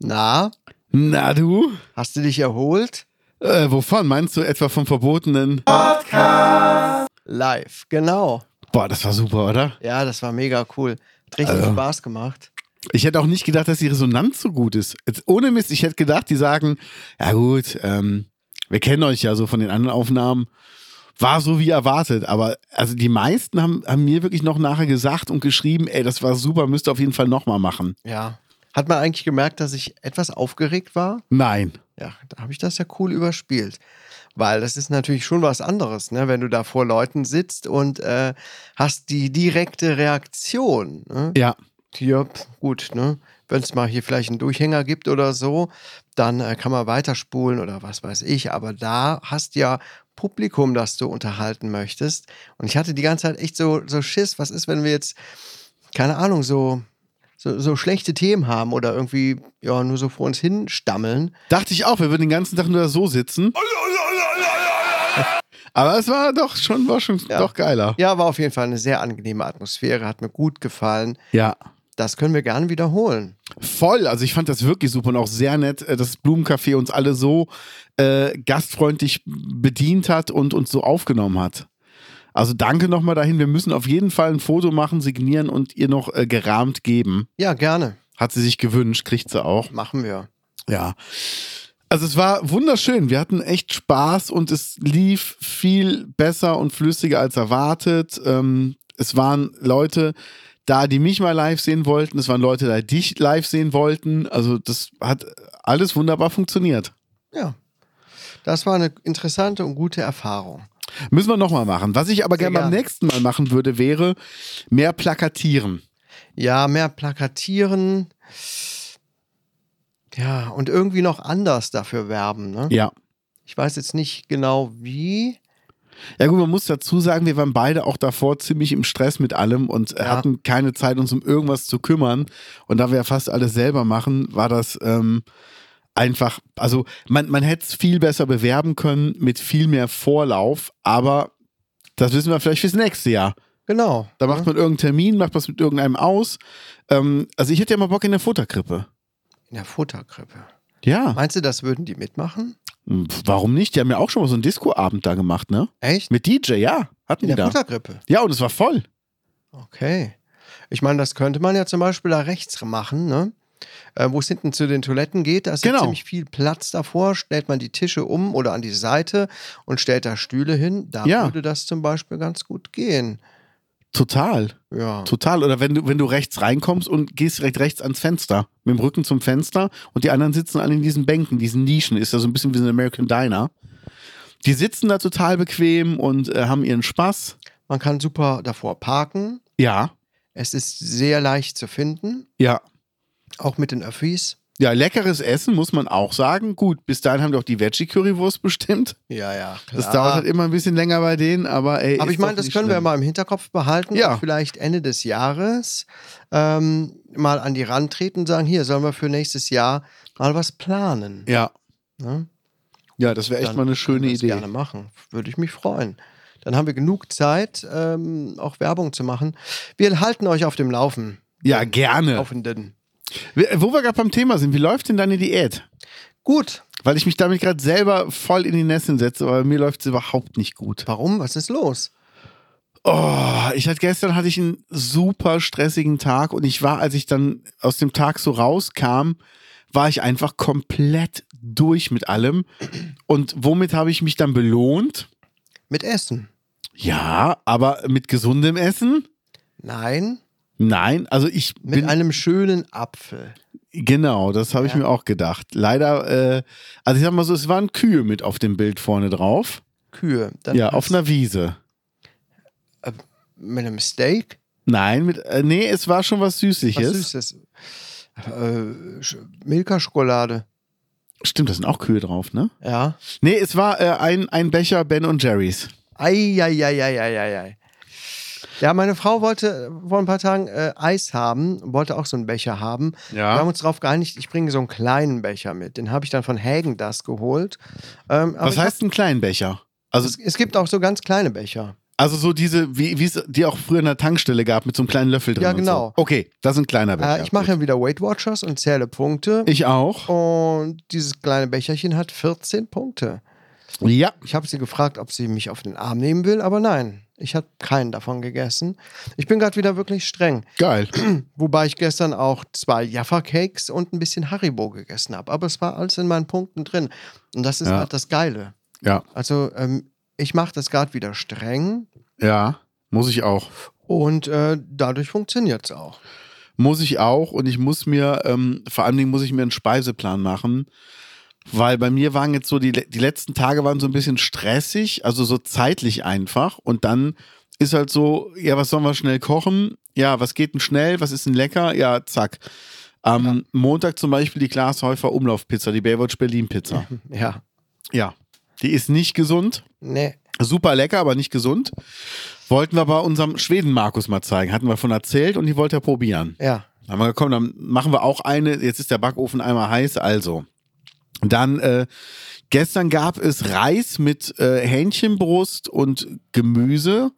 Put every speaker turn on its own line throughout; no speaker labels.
Na,
Na du?
hast du dich erholt?
Äh, wovon? Meinst du etwa vom verbotenen?
Live, genau.
Boah, das war super, oder?
Ja, das war mega cool. Hat richtig
Also.
Spaß gemacht.
Ich hätte auch nicht gedacht, dass die Resonanz so gut ist. Jetzt, ohne Mist, ich hätte gedacht, die sagen, ja gut, ähm, wir kennen euch ja so von den anderen Aufnahmen. War so wie erwartet, aber also die meisten haben, haben mir wirklich noch nachher gesagt und geschrieben, ey, das war super, müsst ihr auf jeden Fall nochmal machen.
Ja. Hat man eigentlich gemerkt, dass ich etwas aufgeregt war?
Nein.
Ja, da habe ich das ja cool überspielt. Weil das ist natürlich schon was anderes, ne? wenn du da vor Leuten sitzt und äh, hast die direkte Reaktion. Ne?
Ja.
Ja, pf, gut, ne? Wenn es mal hier vielleicht einen Durchhänger gibt oder so, dann äh, kann man weiterspulen oder was weiß ich. Aber da hast ja Publikum, das du unterhalten möchtest. Und ich hatte die ganze Zeit echt so, so Schiss, was ist, wenn wir jetzt, keine Ahnung, so, so, so schlechte Themen haben oder irgendwie ja, nur so vor uns hinstammeln.
Dachte ich auch, wir würden den ganzen Tag nur da so sitzen. Aber es war doch schon, war schon
Ja.
doch geiler.
Ja, war auf jeden Fall eine sehr angenehme Atmosphäre, hat mir gut gefallen.
ja.
Das können wir gerne wiederholen.
Voll, also ich fand das wirklich super und auch sehr nett, äh, dass das Blumencafé uns alle so äh, gastfreundlich bedient hat und uns so aufgenommen hat. Also danke nochmal dahin. Wir müssen auf jeden Fall ein Foto machen, signieren und ihr noch äh, gerahmt geben.
Ja, gerne.
Hat sie sich gewünscht, kriegt sie auch.
Machen wir.
Ja. Also es war wunderschön. Wir hatten echt Spaß und es lief viel besser und flüssiger als erwartet. Ähm, es waren Leute da, die mich mal live sehen wollten. Es waren Leute da, die dich live sehen wollten. Also das hat alles wunderbar funktioniert.
Ja. Das war eine interessante und gute Erfahrung.
Müssen wir nochmal machen. Was ich aber
Sehr
gerne beim
gerne.
nächsten Mal machen würde, wäre mehr plakatieren.
Ja, mehr plakatieren. Ja, und irgendwie noch anders dafür werben. Ne?
Ja.
Ich weiß jetzt nicht genau wie.
Ja gut, man muss dazu sagen, wir waren beide auch davor ziemlich im Stress mit allem und äh,
Ja.
hatten keine Zeit, uns um irgendwas zu kümmern. Und da wir ja fast alles selber machen, war das ähm, einfach, also man, man hätte es viel besser bewerben können mit viel mehr Vorlauf, aber das wissen wir vielleicht fürs nächste Jahr.
Genau.
Da macht
ne?
man irgendeinen Termin, macht was mit irgendeinem aus. Ähm, also ich hätte ja mal Bock in der Futterkrippe.
In der Futterkrippe.
Ja,
Meinst du, das würden die mitmachen?
Pf, warum nicht? Die haben ja auch schon mal so einen Disco-Abend da gemacht, ne?
Echt?
Mit DJ, ja, hatten
In
die
der
da.
Futterkrippe.
Ja, und es war voll.
Okay. Ich meine, das könnte man ja zum Beispiel da rechts machen, ne? Äh, Wo es hinten zu den Toiletten geht, da ist ja
Genau.
ziemlich viel Platz davor. Stellt man die Tische um oder an die Seite und stellt da Stühle hin. Da
Ja.
würde das zum Beispiel ganz gut gehen.
Total.
Ja.
Total. Oder wenn du, wenn du rechts reinkommst und gehst direkt rechts ans Fenster, mit dem Rücken zum Fenster und die anderen sitzen alle in diesen Bänken, diesen Nischen, ist ja so ein bisschen wie so ein American Diner. Die sitzen da total bequem und äh, haben ihren Spaß.
Man kann super davor parken.
Ja,
Es ist sehr leicht zu finden,
ja.
auch mit den Öffis.
Ja, leckeres Essen muss man auch sagen. Gut, bis dahin haben wir auch die Veggie-Currywurst bestimmt.
Ja, ja.
Das dauert halt immer ein bisschen länger bei denen, aber ey.
Aber
ist
ich meine,
doch
das
nicht
können wir
schlimm.
mal im Hinterkopf behalten
Ja.
und vielleicht Ende des Jahres ähm, mal an die rantreten und sagen, hier sollen wir für nächstes Jahr mal was planen.
Ja,
Ne?
ja das wäre echt
Dann
mal eine
können
schöne
wir das
Idee.
gerne machen. Würde ich mich freuen. Dann haben wir genug Zeit, ähm, auch Werbung zu machen. Wir halten euch auf dem Laufen.
Ja, gerne.
Laufenden.
Wo wir gerade beim Thema sind, wie läuft denn deine Diät?
Gut.
Weil ich mich damit gerade selber voll in die Nesseln setze, aber mir läuft es überhaupt nicht gut.
Warum? Was ist los?
Oh, ich hatte gestern hatte ich einen super stressigen Tag und ich war, als ich dann aus dem Tag so rauskam, war ich einfach komplett durch mit allem. Und womit habe ich mich dann belohnt?
Mit Essen?
Ja, aber mit gesundem Essen?
Nein.
Nein, also ich
Mit
bin
einem schönen Apfel.
Genau, das habe ich
Ja.
mir auch gedacht. Leider, äh, also ich sag mal so, es waren Kühe mit auf dem Bild vorne drauf.
Kühe. Dann
ja, auf einer Wiese.
Mit einem Steak?
Nein, mit, äh, nee, es war schon was Süßliches.
Was Süßes. Äh, Sch- Milka-Schokolade.
Stimmt, da sind auch Kühe drauf, ne?
Ja.
Nee, es war äh, ein, ein Becher Ben und Jerry's.
Eieieiei. Ja, meine Frau wollte vor ein paar Tagen äh, Eis haben, wollte auch so einen Becher haben.
Ja.
Wir haben uns darauf geeinigt, ich bringe so einen kleinen Becher mit. Den habe ich dann von Hagen das geholt. Ähm, aber
Was
ich hab-
heißt ein Kleinbecher? Also,
es, es gibt auch so ganz kleine Becher.
also so diese, wie wie es die auch früher in der Tankstelle gab, mit so einem kleinen Löffel drin.
Ja,
und
genau.
So. Okay, das ist ein kleiner Becher.
Äh, ich mache ja wieder Weight Watchers und zähle Punkte.
Ich auch.
und dieses kleine Becherchen hat 14 Punkte.
Ja.
Ich habe sie gefragt, ob sie mich auf den Arm nehmen will, aber nein, ich habe keinen davon gegessen. Ich bin gerade wieder wirklich streng.
Geil.
Wobei ich gestern auch zwei Jaffa-Cakes und ein bisschen Haribo gegessen habe. Aber es war alles in meinen Punkten drin. Und das ist
Ja.
halt das Geile.
Ja.
Also ähm, ich mache das gerade wieder streng
Ja. Muss ich auch.
und äh, dadurch funktioniert es auch.
Muss ich auch und ich muss mir, ähm, vor allen Dingen muss ich mir einen Speiseplan machen, weil bei mir waren jetzt so, die, le- die letzten Tage waren so ein bisschen stressig, also so zeitlich einfach und dann ist halt so, ja, was sollen wir schnell kochen? Ja, was geht denn schnell? Was ist denn lecker? Ja, zack. Am Montag zum Beispiel die Glashäufer Umlaufpizza, die Baywatch Berlin Pizza.
Ja.
Ja, die ist nicht gesund,
Nee.
Super lecker, aber nicht gesund. Wollten wir bei unserem Schweden Markus mal zeigen. Hatten wir von erzählt und die wollte er probieren.
Ja.
Dann haben wir gekommen, dann machen wir auch eine. Jetzt ist der Backofen einmal heiß, also. Dann, äh, gestern gab es Reis mit äh, Hähnchenbrust und Gemüse,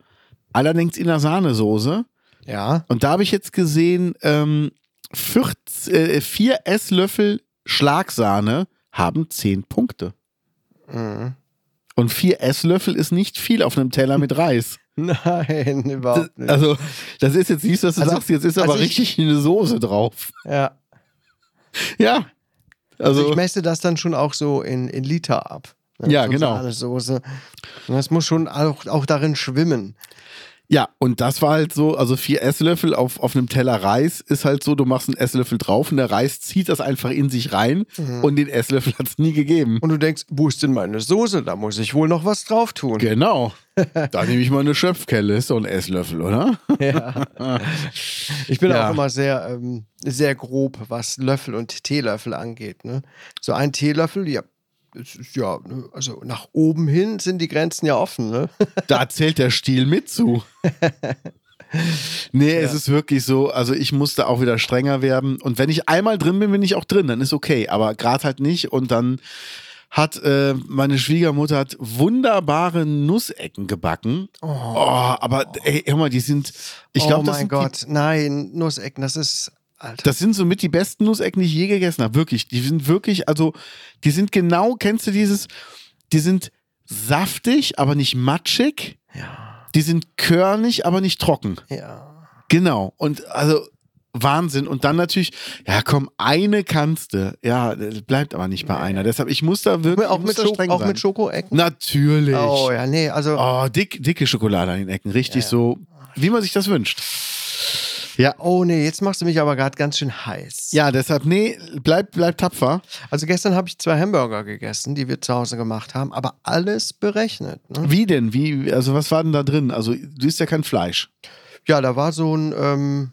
allerdings in der Sahnesoße.
Ja.
Und da habe ich jetzt gesehen, ähm, 14, äh, vier Esslöffel Schlagsahne haben zehn Punkte.
Mhm.
Und vier Esslöffel ist nicht viel auf einem Teller mit Reis.
Nein,
Das,
überhaupt nicht.
also, das ist jetzt nicht so, dass du
Also,
sagst, jetzt ist
also
aber
ich-
richtig eine Soße drauf.
ja.
Ja.
Also,
Also,
ich messe das dann schon auch so in, in Liter ab.
Ja,
so
genau.
Soße. Und das muss schon auch, auch darin schwimmen.
ja, und das war halt so, also vier Esslöffel auf, auf einem Teller Reis ist halt so, du machst einen Esslöffel drauf und der Reis zieht das einfach in sich rein und den Esslöffel hat es nie gegeben.
Und du denkst, wo ist denn meine Soße? Da muss ich wohl noch was drauf tun.
Genau. da nehme ich mal eine Schöpfkelle, ist doch ein Esslöffel, oder?
Ich bin
Ja.
auch immer sehr, ähm, sehr grob, was Löffel und Teelöffel angeht. Ne? So ein Teelöffel, ja, es ist ja, ne, also nach oben hin sind die Grenzen ja offen. Ne?
Da zählt der Stiel mit zu. Nee, es ist wirklich so, also ich musste auch wieder strenger werden. Und wenn ich einmal drin bin, bin ich auch drin, dann ist okay. Aber gerade halt nicht. Und dann hat äh, meine Schwiegermutter hat wunderbare Nussecken gebacken. Oh, aber ey, hör mal, die sind, ich glaube,
oh
das,
mein
sind
Gott, nein, Nussecken, das ist,
die-
Alter,
das sind somit die besten Nussecken, die ich je gegessen habe. Wirklich, die sind wirklich, also die sind genau, kennst du dieses, die sind saftig, aber nicht matschig.
ja,
Die sind körnig, aber nicht trocken.
ja.
Genau. Und also Wahnsinn. Und dann natürlich, ja, komm, eine kannst du. Ja, das bleibt aber nicht bei einer. Deshalb, ich muss da wirklich
Auch
ich muss
mit,
da
Schoko,
streng
auch
sein.
mit Schokoecken?
Natürlich.
Oh
Oh,
ja, nee, also
dick, dicke Schokolade an den Ecken. Richtig
Ja, ja.
so, wie man sich das wünscht. Ja.
Oh nee, jetzt machst du mich aber gerade ganz schön heiß.
Ja, deshalb, nee, bleib, bleib tapfer.
Also gestern habe ich zwei Hamburger gegessen, die wir zu Hause gemacht haben, aber alles berechnet. Ne?
Wie denn? Wie, also, was war denn da drin? Also, du isst ja kein Fleisch.
Ja, da war so ein ähm,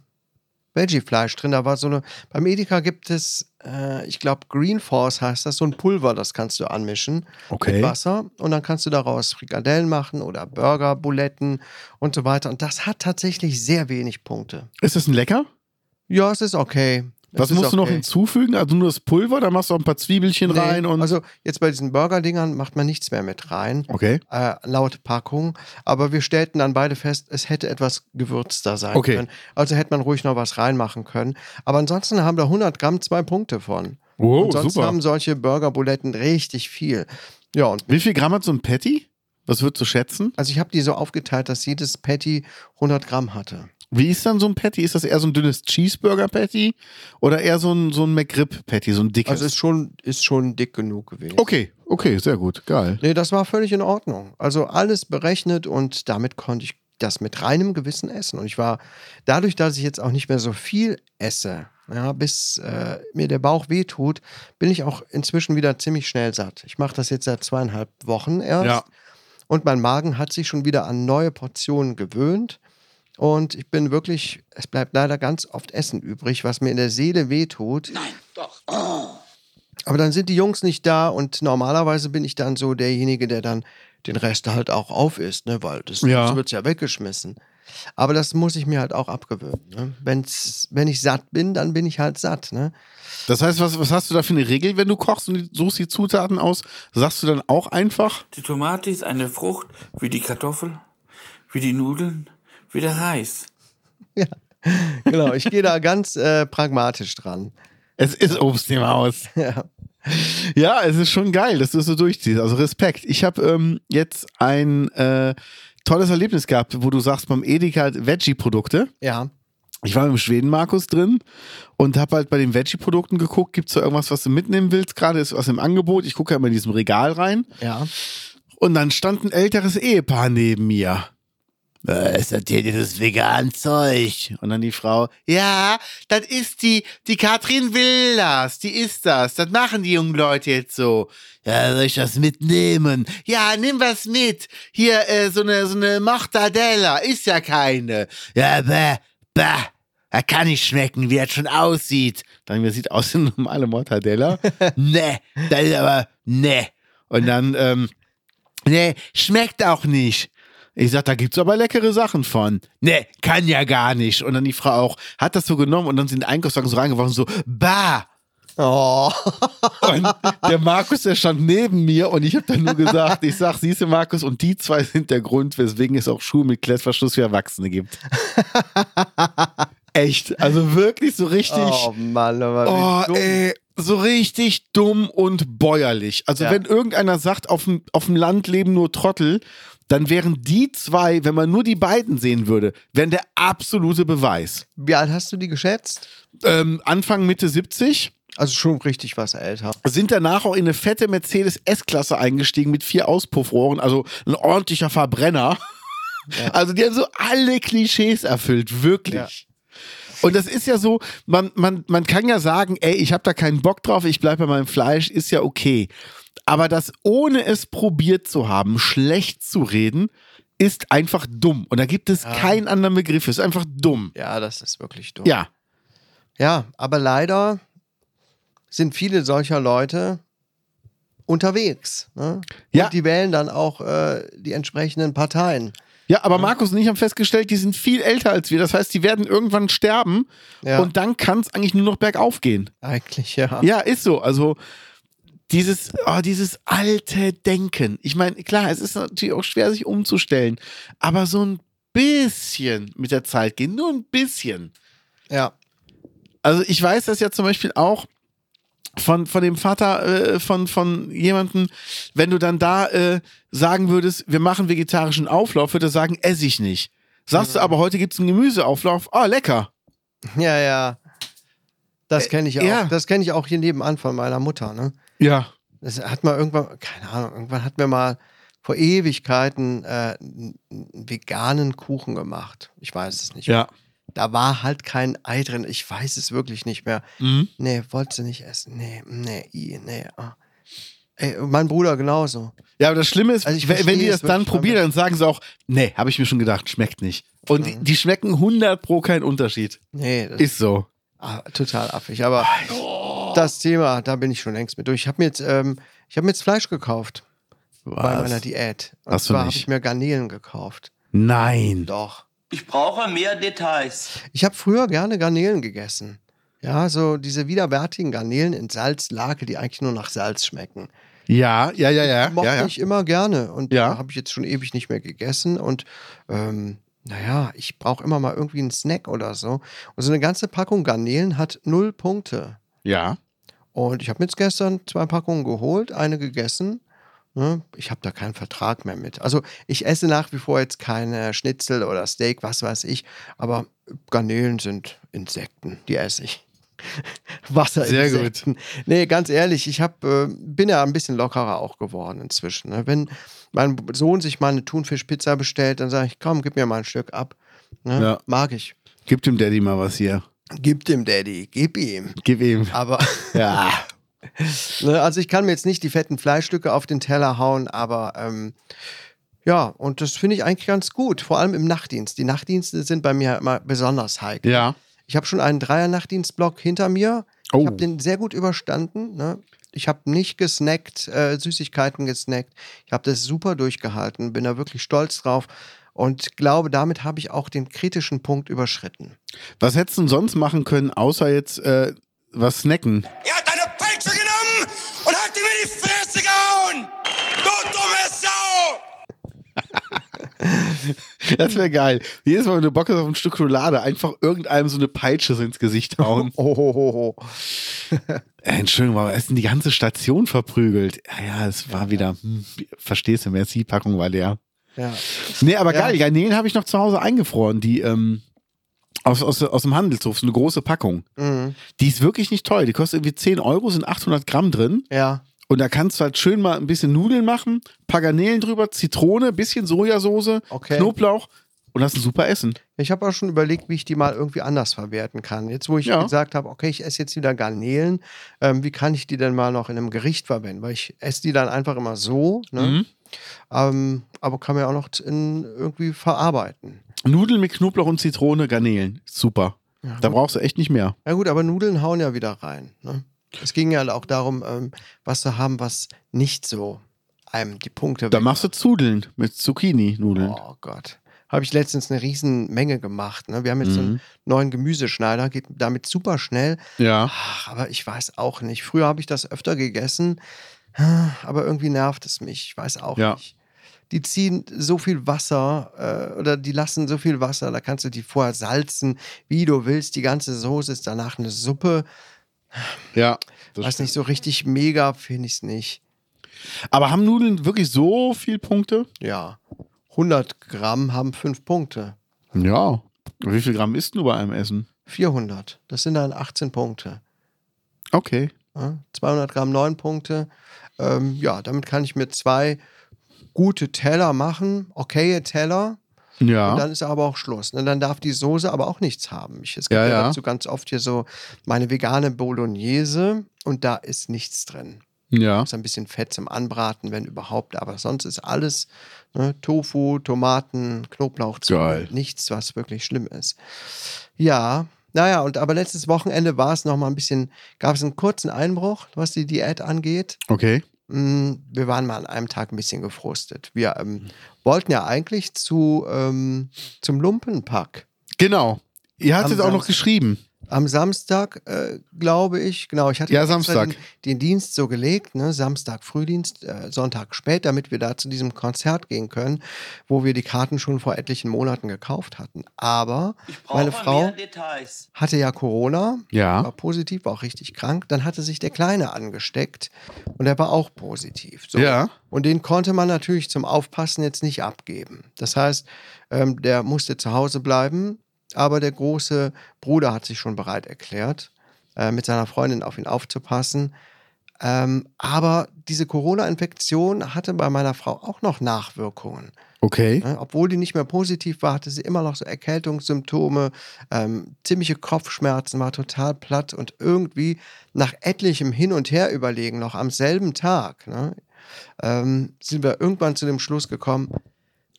Veggie-Fleisch drin. Da war so eine. Beim Edeka gibt es, äh, ich glaube, Green Force heißt das, so ein Pulver, das kannst du anmischen mit Wasser und dann kannst du daraus Frikadellen machen oder Burger, Buletten und so weiter. Und das hat tatsächlich sehr wenig Punkte.
Ist das ein Lecker?
Ja, es ist okay. Es
Was
ist
musst du noch
okay.
hinzufügen? Also, nur das Pulver, da machst du auch ein paar Zwiebelchen
Nee,
rein und.
also jetzt bei diesen Burger-Dingern macht man nichts mehr mit rein.
okay.
äh, laut Packung. Aber wir stellten dann beide fest, es hätte etwas gewürzter sein
Okay.
können. Also hätte man ruhig noch was reinmachen können. Aber ansonsten haben da 100 Gramm zwei Punkte von.
Wow,
ansonsten haben solche Burgerbuletten richtig viel. Ja, und
Wie viel Gramm hat so ein Patty? Was würdest du schätzen?
also ich habe die so aufgeteilt, dass jedes Patty 100 Gramm hatte.
Wie ist dann so ein Patty? Ist das eher so ein dünnes Cheeseburger-Patty oder eher so ein, so ein McRib-Patty, so ein dickes?
Also ist schon, ist schon dick genug gewesen.
okay, okay, sehr gut, geil.
Nee, das war völlig in Ordnung. Also alles berechnet und damit konnte ich das mit reinem Gewissen essen. Und ich war dadurch, dass ich jetzt auch nicht mehr so viel esse, ja, bis äh, mir der Bauch wehtut, bin ich auch inzwischen wieder ziemlich schnell satt. Ich mache das jetzt seit zweieinhalb Wochen erst.
Ja.
Und mein Magen hat sich schon wieder an neue Portionen gewöhnt. Und ich bin wirklich, es bleibt leider ganz oft Essen übrig, was mir in der Seele wehtut. Aber dann sind die Jungs nicht da und normalerweise bin ich dann so derjenige, der dann den Rest halt auch auf ist, ne? weil das,
Ja.
das wird ja weggeschmissen. Aber das muss ich mir halt auch abgewöhnen. Ne? Wenn's, wenn ich satt bin, dann bin ich halt satt. Ne?
Das heißt, was, was hast du da für eine Regel, wenn du kochst und die- suchst die Zutaten aus? Sagst du dann auch einfach?
Die Tomate ist eine Frucht wie die Kartoffel, wie die Nudeln, wie der Reis.
Ja. Genau, ich gehe da ganz äh, pragmatisch dran.
Es ist Obst im Haus.
Ja.
Ja, es ist schon geil, dass du es so durchziehst. Also Respekt. Ich habe ähm, jetzt ein äh, tolles Erlebnis gehabt, wo du sagst, beim Edeka halt Veggie-Produkte.
ja.
Ich war im Schweden-Markus drin und habe halt bei den Veggie-Produkten geguckt. Gibt es da irgendwas, was du mitnehmen willst? Gerade ist was im Angebot. Ich gucke ja immer in diesem Regal rein.
Ja.
Und dann stand ein älteres Ehepaar neben mir. "Äh, Ist das hier dieses vegan Zeug? Und dann die Frau, ja, das ist die, die Katrin will das, die ist das, das machen die jungen Leute jetzt so. Ja, soll ich das mitnehmen? Ja, nimm was mit. Hier, äh, so eine, so eine Mortadella, ist ja keine. Ja, bäh, bäh, er kann nicht schmecken, wie er schon aussieht. Dann, wie er sieht aus wie eine normale Mortadella. nee, das ist aber, nee. Und dann, ähm, Nee, schmeckt auch nicht. Ich sag, da gibt's aber leckere Sachen von. Nee, kann ja gar nicht. Und dann die Frau auch, hat das so genommen und dann sind die Einkaufswagen so reingeworfen, so, bah!
Oh.
Und der Markus, der stand neben mir und ich habe dann nur gesagt, ich sag, siehste Markus, und die zwei sind der Grund, weswegen es auch Schuhe mit Klettverschluss für Erwachsene gibt. Echt, also wirklich so richtig.
oh Mann, aber
Oh,
wie dumm.
ey, so richtig dumm und bäuerlich. Also
Ja.
wenn irgendeiner sagt, auf dem, auf dem Land leben nur Trottel, dann wären die zwei, wenn man nur die beiden sehen würde, wären der absolute Beweis.
Wie alt hast du die geschätzt?
Ähm, Anfang, Mitte 70
Also schon richtig was älter.
sind danach auch in eine fette Mercedes S-Klasse eingestiegen mit vier Auspuffrohren, also ein ordentlicher Verbrenner. Also die haben so alle Klischees erfüllt, wirklich.
Ja.
Und das ist ja so, man, man, man kann ja sagen, ey, ich habe da keinen Bock drauf, ich bleibe bei meinem Fleisch, ist ja okay. Aber das ohne es probiert zu haben, schlecht zu reden, ist einfach dumm. Und da gibt es keinen anderen Begriff, ist einfach dumm.
Ja, das ist wirklich dumm.
Ja,
Ja, aber leider sind viele solcher Leute unterwegs. Ne?
Ja.
Und die wählen dann auch äh, die entsprechenden Parteien.
Ja, aber Markus und ich haben festgestellt, die sind viel älter als wir. Das heißt, die werden irgendwann sterben
Ja.
und dann kann es eigentlich nur noch bergauf gehen.
Eigentlich, ja.
Ja, ist so. Also dieses, oh, dieses alte Denken. Ich meine, klar, es ist natürlich auch schwer, sich umzustellen, aber so ein bisschen mit der Zeit gehen, nur ein bisschen.
ja.
Also ich weiß das ja zum Beispiel auch von, von dem Vater äh, von, von jemandem, wenn du dann da äh, sagen würdest, wir machen vegetarischen Auflauf, würde er sagen, esse ich nicht. Sagst du aber, heute gibt's einen Gemüseauflauf, oh, lecker.
Ja, ja. Das kenne ich auch.
Äh, ja.
Das kenne ich auch hier nebenan von meiner Mutter. Ne?
Ja.
Das hat mal irgendwann, keine Ahnung, irgendwann hat mir mal vor Ewigkeiten äh, einen veganen Kuchen gemacht. Ich weiß es nicht.
Ja.
Da war halt kein Ei drin. Ich weiß es wirklich nicht mehr.
Mhm.
Nee, wollte sie nicht essen. Nee, nee, i, nee. ah. Ey, mein Bruder genauso.
Ja, aber das Schlimme ist,
Also ich
wenn, wenn die
verstehe
das
es
dann
wirklich
probieren, dann sagen sie auch, nee, habe ich mir schon gedacht, schmeckt nicht. Und die, die schmecken 100 pro keinen Unterschied.
Nee, das
Ist so.
ah, total affig. Aber das Thema, da bin ich schon längst mit durch. Ich habe mir, jetzt, ähm, ich hab mir jetzt Fleisch gekauft bei meiner Diät. Und
Hast du
zwar habe
nicht.
ich mir Garnelen gekauft.
Nein.
Doch.
Ich brauche mehr Details.
Ich habe früher gerne Garnelen gegessen. Ja, so diese widerwärtigen Garnelen in Salzlake, die eigentlich nur nach Salz schmecken.
Ja, ja, ja, ja.
mochte
ja, ja.
ich immer gerne und
Ja.
habe ich jetzt schon ewig nicht mehr gegessen und ähm, naja, ich brauche immer mal irgendwie einen Snack oder so. Und so eine ganze Packung Garnelen hat null Punkte.
ja.
Und ich habe mir jetzt gestern zwei Packungen geholt, eine gegessen. Ne? Ich habe da keinen Vertrag mehr mit. Also ich esse nach wie vor jetzt keine Schnitzel oder Steak, was weiß ich. Aber Garnelen sind Insekten, die esse ich. Wasserinsekten. Sehr gut. Nee, ganz ehrlich, ich hab, äh, bin ja ein bisschen lockerer auch geworden inzwischen. Ne? Wenn mein Sohn sich mal eine Thunfischpizza bestellt, dann sage ich, komm, gib mir mal ein Stück ab. Ne?
Ja.
Mag ich.
Gib dem Daddy mal was hier.
Gib dem Daddy, gib ihm.
Gib ihm.
Aber
Ja.
Ne, also ich kann mir jetzt nicht die fetten Fleischstücke auf den Teller hauen, aber ähm, ja, und das finde ich eigentlich ganz gut, vor allem im Nachtdienst. Die Nachtdienste sind bei mir immer besonders heikel.
Ja.
Ich habe schon einen Dreier-Nachtdienstblock hinter mir.
Oh.
Ich habe den sehr gut überstanden. Ne? Ich habe nicht gesnackt, äh, Süßigkeiten gesnackt. Ich habe das super durchgehalten, bin da wirklich stolz drauf und glaube, damit habe ich auch den kritischen Punkt überschritten.
Was hättest du denn sonst machen können, außer jetzt äh, was snacken?
Er hat eine Peitsche genommen und hat ihm in die Fresse gehauen! Du dumme Sau!
Das wäre geil. Jedes Mal, wenn du Bock hast auf ein Stück Schokolade, einfach irgendeinem so eine Peitsche so ins Gesicht hauen.
Oh, ho, ho, ho.
Äh, Entschuldigung, aber er ist in die ganze Station verprügelt. Ja, ja, es war wieder, hm, verstehst du, Merci-Packung war leer.
Ja.
Nee, aber
Ja.
geil, Garnelen habe ich noch zu Hause eingefroren, die ähm, aus, aus, aus dem Handelshof, so eine große Packung.
Mhm.
Die ist wirklich nicht teuer, die kostet irgendwie 10 Euro, sind 800 Gramm drin
ja.
und da kannst du halt schön mal ein bisschen Nudeln machen, paar Garnelen drüber, Zitrone, bisschen Sojasauce,
Okay.
Knoblauch und hast ein super Essen.
Ich habe auch schon überlegt, wie ich die mal irgendwie anders verwerten kann. Jetzt, wo ich
Ja.
gesagt habe, okay, ich esse jetzt wieder Garnelen, ähm, wie kann ich die denn mal noch in einem Gericht verwenden? Weil ich esse die dann einfach immer so,
Mhm.
ne? ähm, aber kann man ja auch noch in, irgendwie verarbeiten.
Nudeln mit Knoblauch und Zitrone, Garnelen, super. da brauchst du echt nicht mehr.
Ja gut, aber Nudeln hauen ja wieder rein. Ne? Es ging ja auch darum, ähm, was zu haben, was nicht so einem die Punkte
Da machst du Zudeln mit Zucchini-Nudeln.
Oh Gott. Habe ich letztens eine Riesenmenge gemacht. Ne? Wir haben jetzt so
Mhm.
einen neuen Gemüseschneider, geht damit super schnell.
Ja.
Ach, aber ich weiß auch nicht. Früher habe ich das öfter gegessen, ah, aber irgendwie nervt es mich. Ich weiß auch
Ja.
nicht. Die ziehen so viel Wasser äh, oder die lassen so viel Wasser, da kannst du die vorher salzen, wie du willst. Die ganze Soße ist danach eine Suppe.
Ja.
weiß nicht, so richtig mega finde ich es nicht.
Aber haben Nudeln wirklich so viel Punkte?
Ja. 100 Gramm haben 5 Punkte.
Ja. Wie viel Gramm isst du bei einem Essen?
400. Das sind dann 18 Punkte.
Okay.
Ja, 200 ne? Gramm 9 Punkte. Ähm, ja, damit kann ich mir zwei gute Teller machen, okaye Teller. Und
Ja.
dann ist aber auch Schluss. Ne? Dann darf die Soße aber auch nichts haben. Ich, es gibt
Ja,
ja,
ja.
dazu ganz oft hier so meine vegane Bolognese und da ist nichts drin.
Ja.
Ist ein bisschen Fett zum Anbraten, wenn überhaupt, aber sonst ist alles ne, Tofu, Tomaten, Knoblauch,
Geil.
nichts, was wirklich schlimm ist. Ja, naja, und aber letztes Wochenende war es nochmal ein bisschen, gab es einen kurzen Einbruch, was die Diät angeht.
Okay.
Mm, Wir waren mal an einem Tag ein bisschen gefrustet. Wir ähm, wollten ja eigentlich zu, ähm, zum Lumpenpack.
Genau. Ihr hattet
Am
auch noch
Samstag.
geschrieben.
Am Samstag, äh, glaube ich, genau, ich hatte
Ja,
extra
Samstag.
Den, den Dienst so gelegt, ne? Samstag Frühdienst, äh, Sonntag spät, damit wir da zu diesem Konzert gehen können, wo wir die Karten schon vor etlichen Monaten gekauft hatten. Aber
brauche
meine Frau
mehr Details.
hatte ja Corona,
Ja.
war positiv, war auch richtig krank. Dann hatte sich der Kleine angesteckt und er war auch positiv. So.
Ja.
Und den konnte man natürlich zum Aufpassen jetzt nicht abgeben. Das heißt, ähm, der musste zu Hause bleiben, aber der große Bruder hat sich schon bereit erklärt, äh, mit seiner Freundin auf ihn aufzupassen. Ähm, aber diese Corona-Infektion hatte bei meiner Frau auch noch Nachwirkungen.
Okay.
Ne? Obwohl die nicht mehr positiv war, hatte sie immer noch so Erkältungssymptome, ähm, ziemliche Kopfschmerzen, war total platt und irgendwie nach etlichem Hin und Her überlegen, noch am selben Tag, ne, ähm, sind wir irgendwann zu dem Schluss gekommen,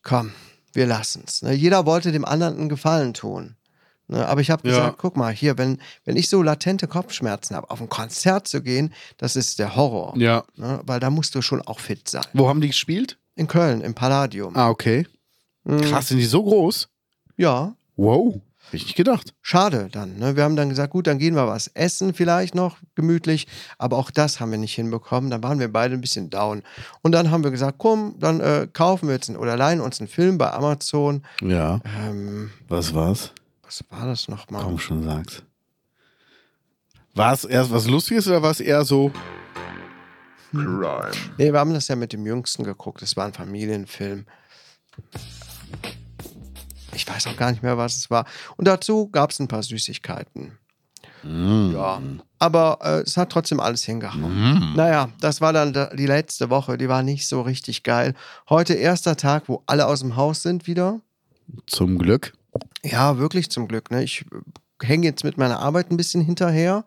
komm, wir lassen's. Ne? Jeder wollte dem anderen einen Gefallen tun. Ne? Aber ich habe
Ja.
gesagt, guck mal, hier, wenn, wenn ich so latente Kopfschmerzen habe, auf ein Konzert zu gehen, das ist der Horror.
Ja.
Ne? Weil da musst du schon auch fit sein.
Wo haben die gespielt?
In Köln, im Palladium. Hm,
Ah, okay.
Mhm.
Krass, sind die so groß?
Ja,
Wow. Hab ich nicht gedacht.
Schade dann. Ne? Wir haben dann gesagt, gut, dann gehen wir was essen vielleicht noch gemütlich. Aber auch das haben wir nicht hinbekommen. Dann waren wir beide ein bisschen down. Und dann haben wir gesagt, komm, dann äh, kaufen wir jetzt einen, oder leihen uns einen Film bei Amazon.
Ja.
Ähm,
Was war's?
was war das nochmal?
Komm schon, sag's. War es erst was Lustiges oder war es eher so?
Nee, wir haben das ja mit dem Jüngsten geguckt. Es war ein Familienfilm. Ich weiß auch gar nicht mehr, was es war. Und dazu gab es ein paar Süßigkeiten. Ja. Aber äh, es hat trotzdem alles
ne?
hingehauen. Naja, das war dann da- die letzte Woche. Die war nicht so richtig geil. Heute erster Tag, wo alle aus dem Haus sind wieder.
Zum Glück.
Ja, wirklich zum Glück. Ne? Ich äh, hänge jetzt mit meiner Arbeit ein bisschen hinterher.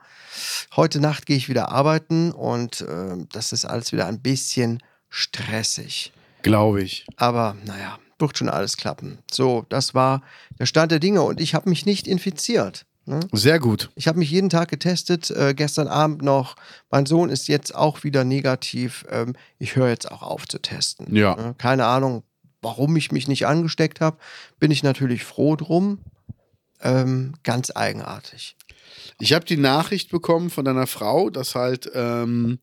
Heute Nacht gehe ich wieder arbeiten und äh, das ist alles wieder ein bisschen stressig.
Glaube ich.
Aber naja, wird schon alles klappen. So, das war der Stand der Dinge und ich habe mich nicht infiziert. Ne?
Sehr gut.
Ich habe mich jeden Tag getestet, äh, gestern Abend noch. Mein Sohn ist jetzt auch wieder negativ. Ähm, ich höre jetzt auch auf zu testen.
Ja.
Ne? Keine Ahnung, warum ich mich nicht angesteckt habe. Bin ich natürlich froh drum. Ähm, ganz eigenartig.
Ich habe die Nachricht bekommen von deiner Frau, dass halt ähm,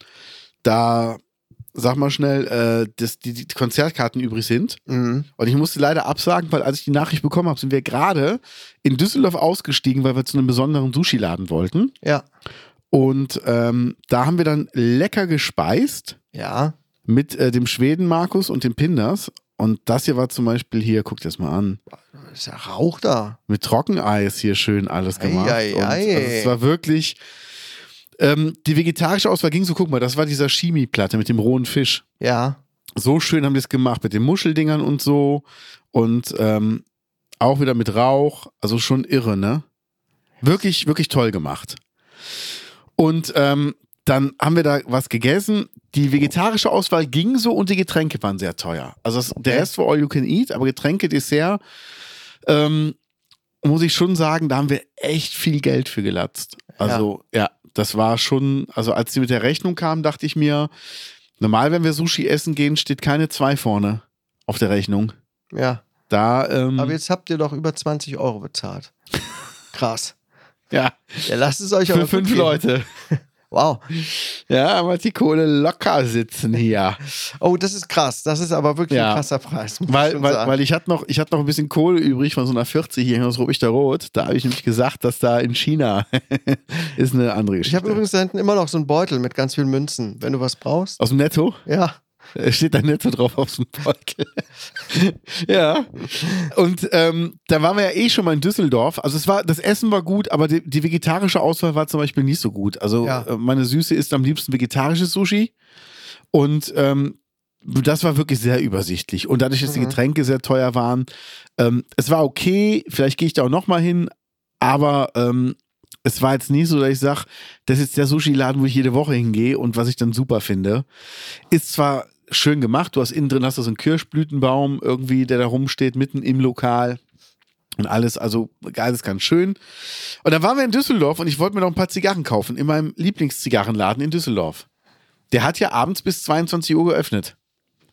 da, sag mal schnell, äh, dass die, die Konzertkarten übrig sind.
Mhm.
Und ich musste leider absagen, weil als ich die Nachricht bekommen habe, sind wir gerade in Düsseldorf ausgestiegen, weil wir zu einem besonderen Sushi-Laden wollten.
Ja.
Und ähm, da haben wir dann lecker gespeist
Ja.
mit äh, dem Schweden Markus und dem Pinders. Und das hier war zum Beispiel hier, guckt das mal an,
Ist ja Rauch da.
mit Trockeneis hier schön alles
Ei,
gemacht.
ei,
und,
ei.
Also es war wirklich. Ähm, die vegetarische Auswahl ging so, guck mal, das war die Sashimi-Platte mit dem rohen Fisch.
Ja.
so schön haben die es gemacht mit den Muscheldingern und so und ähm, auch wieder mit Rauch. Also schon irre, ne? Wirklich, wirklich toll gemacht. Und ähm, dann haben wir da was gegessen. Die vegetarische Auswahl ging so und die Getränke waren sehr teuer. Also das, der Rest war all you can eat, aber Getränke, Dessert, ähm, muss ich schon sagen, da haben wir echt viel Geld für gelatzt. Also ja. das war schon, also als sie mit der Rechnung kam, dachte ich mir, normal, wenn wir Sushi essen gehen, steht keine 2 vorne auf der Rechnung.
Ja.
Da, ähm,
Aber jetzt habt ihr doch über 20 Euro bezahlt. Krass.
ja,
Ja, lasst es euch aber
für
gut
fünf
gehen.
Leute.
Wow.
Ja, aber die Kohle locker sitzen hier.
Oh, das ist krass. Das ist aber wirklich
Ja.
ein krasser Preis. muss ich
Weil,
schon
weil,
sagen.
weil ich hatte noch, ich hatte noch ein bisschen Kohle übrig von so einer 40 hier aus Rubik der Rot. Da habe ich nämlich gesagt, dass da in China ist eine andere
ich
Geschichte.
habe übrigens da hinten immer noch so einen Beutel mit ganz vielen Münzen. Wenn du was brauchst.
aus dem Netto
Ja.
äh, steht da Netto drauf auf dem Beutel. ja. Und ähm, da waren wir ja eh schon mal in Düsseldorf. Also es war, das Essen war gut, aber die, die vegetarische Auswahl war zum Beispiel nicht so gut. Also
Ja.
äh, meine Süße isst am liebsten vegetarisches Sushi. Und ähm, das war wirklich sehr übersichtlich. Und dadurch, dass die
Mhm.
Getränke sehr teuer waren, ähm, es war okay, vielleicht gehe ich da auch nochmal hin, aber ähm, es war jetzt nicht so, dass ich sage, das ist der Sushi-Laden, wo ich jede Woche hingehe und was ich dann super finde. Ist zwar schön gemacht, du hast innen drin hast du so einen Kirschblütenbaum irgendwie, der da rumsteht, mitten im Lokal. Und alles, also alles ganz schön. Und dann waren wir in Düsseldorf und ich wollte mir noch ein paar Zigarren kaufen in meinem Lieblingszigarrenladen in Düsseldorf. Der hat ja abends bis 22 Uhr geöffnet,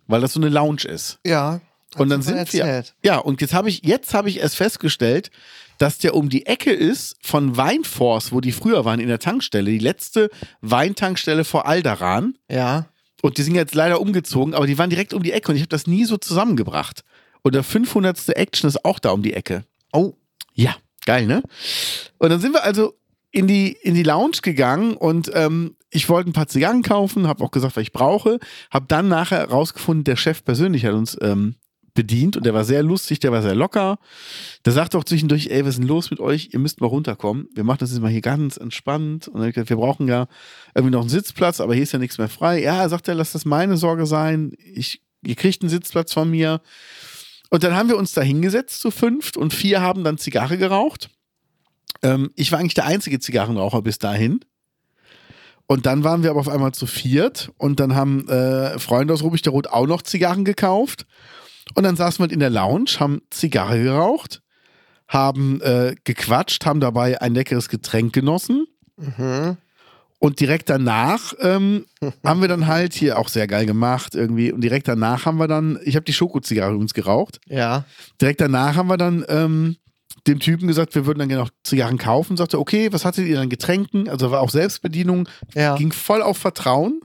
weil das so eine Lounge ist.
Ja.
Und dann
Hast du mal
sind wir.
erzählt.
Ja, und jetzt habe ich, jetzt habe ich erst festgestellt, dass der um die Ecke ist von Weinforce, wo die früher waren in der Tankstelle, die letzte Weintankstelle vor Alderan.
Ja.
Und die sind jetzt leider umgezogen, aber die waren direkt um die Ecke und ich habe das nie so zusammengebracht. Und der 500. Action ist auch da um die Ecke.
Oh.
Ja, geil, ne? Und dann sind wir also in die, in die Lounge gegangen und ähm, ich wollte ein paar Zigarren kaufen, habe auch gesagt, was ich brauche, habe dann nachher rausgefunden, der Chef persönlich hat uns ähm, bedient und der war sehr lustig, der war sehr locker. Der sagte auch zwischendurch, ey, was ist denn los mit euch? Ihr müsst mal runterkommen. Wir machen das jetzt mal hier ganz entspannt. Und dann hab ich gesagt, wir brauchen ja irgendwie noch einen Sitzplatz, aber hier ist ja nichts mehr frei. Ja, sagt er, lass das meine Sorge sein. Ich, ihr kriegt einen Sitzplatz von mir. Und dann haben wir uns da hingesetzt zu fünft und vier haben dann Zigarre geraucht. Ähm, ich war eigentlich der einzige Zigarrenraucher bis dahin. Und dann waren wir aber auf einmal zu viert und dann haben äh, Freunde aus Rubik der Rot auch noch Zigarren gekauft. Und dann saßen wir halt in der Lounge, haben Zigarre geraucht, haben äh, gequatscht, haben dabei ein leckeres Getränk genossen.
Mhm.
Und direkt danach ähm, haben wir dann halt hier auch sehr geil gemacht irgendwie. Und direkt danach haben wir dann, ich habe die Schokozigarre übrigens geraucht.
Ja.
Direkt danach haben wir dann ähm, dem Typen gesagt, wir würden dann gerne noch Zigarren kaufen. Sagte, okay, was hattet ihr dann Getränken? Also war auch Selbstbedienung,
Ja. Oh,
ging voll auf Vertrauen.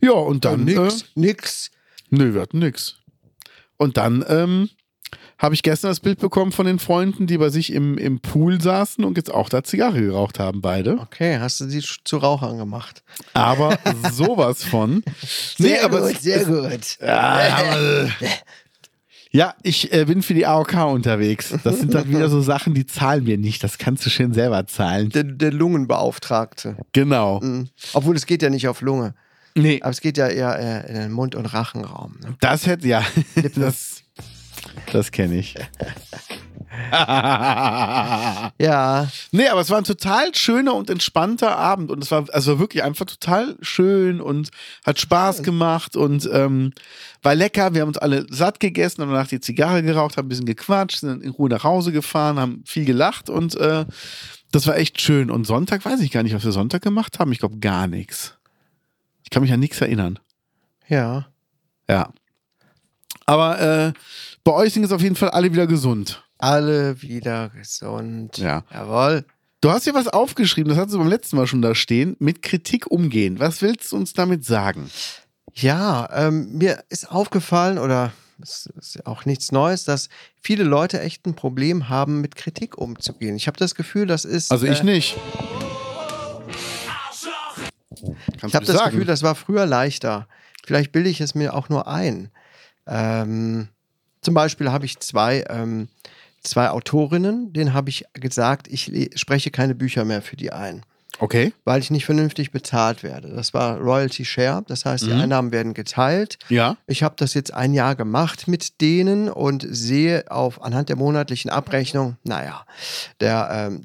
Ja, und dann.
nix.
Äh,
Nix.
nö, wir hatten nix. Und dann ähm, habe ich gestern das Bild bekommen von den Freunden, die bei sich im, im Pool saßen und jetzt auch da Zigarre geraucht haben, beide.
Okay, hast du sie zu Rauchern gemacht?
Aber sowas von. Nee, aber es- es-
gut.
Ja, aber- Ja, ich äh, bin für die AOK unterwegs. Das sind dann wieder so Sachen, die zahlen wir nicht. Das kannst du schön selber zahlen.
Der, der Lungenbeauftragte.
Genau.
Mhm. Obwohl es geht ja nicht auf Lunge.
Nee,
Aber es geht ja eher äh, in den Mund- und Rachenraum. Ne?
das hätte ja. Das, das kenne ich.
Ja,
Nee, aber es war ein total schöner und entspannter Abend und es war, also wirklich einfach total schön und hat Spaß gemacht und ähm, war lecker. Wir haben uns alle satt gegessen, haben danach die Zigarre geraucht, haben ein bisschen gequatscht, sind in Ruhe nach Hause gefahren, haben viel gelacht und äh, das war echt schön. Und Sonntag weiß ich gar nicht, was wir Sonntag gemacht haben. Ich glaube gar nichts. Ich kann mich an nichts erinnern.
ja.
Ja. Aber äh, bei euch sind jetzt auf jeden Fall alle wieder gesund.
Alle wieder gesund.
Ja.
Jawohl.
Du hast hier was aufgeschrieben, das hattest du beim letzten Mal schon da stehen, mit Kritik umgehen. Was willst du uns damit sagen?
Ja, ähm, mir ist aufgefallen, oder es ist auch nichts Neues, dass viele Leute echt ein Problem haben, mit Kritik umzugehen. Ich habe das Gefühl, das ist.
Also ich
äh,
nicht. Kannst
Ich habe
du
das
sagen?
Gefühl, das war früher leichter. Vielleicht bilde ich es mir auch nur ein. Ähm, zum Beispiel habe ich zwei, ähm, zwei Autorinnen, denen habe ich gesagt, ich le- spreche keine Bücher mehr für die ein,
okay.
weil ich nicht vernünftig bezahlt werde. Das war Royalty Share, das heißt, die
Mhm.
Einnahmen werden geteilt.
Ja.
Ich habe das jetzt ein Jahr gemacht mit denen und sehe auf anhand der monatlichen Abrechnung, naja, der ähm,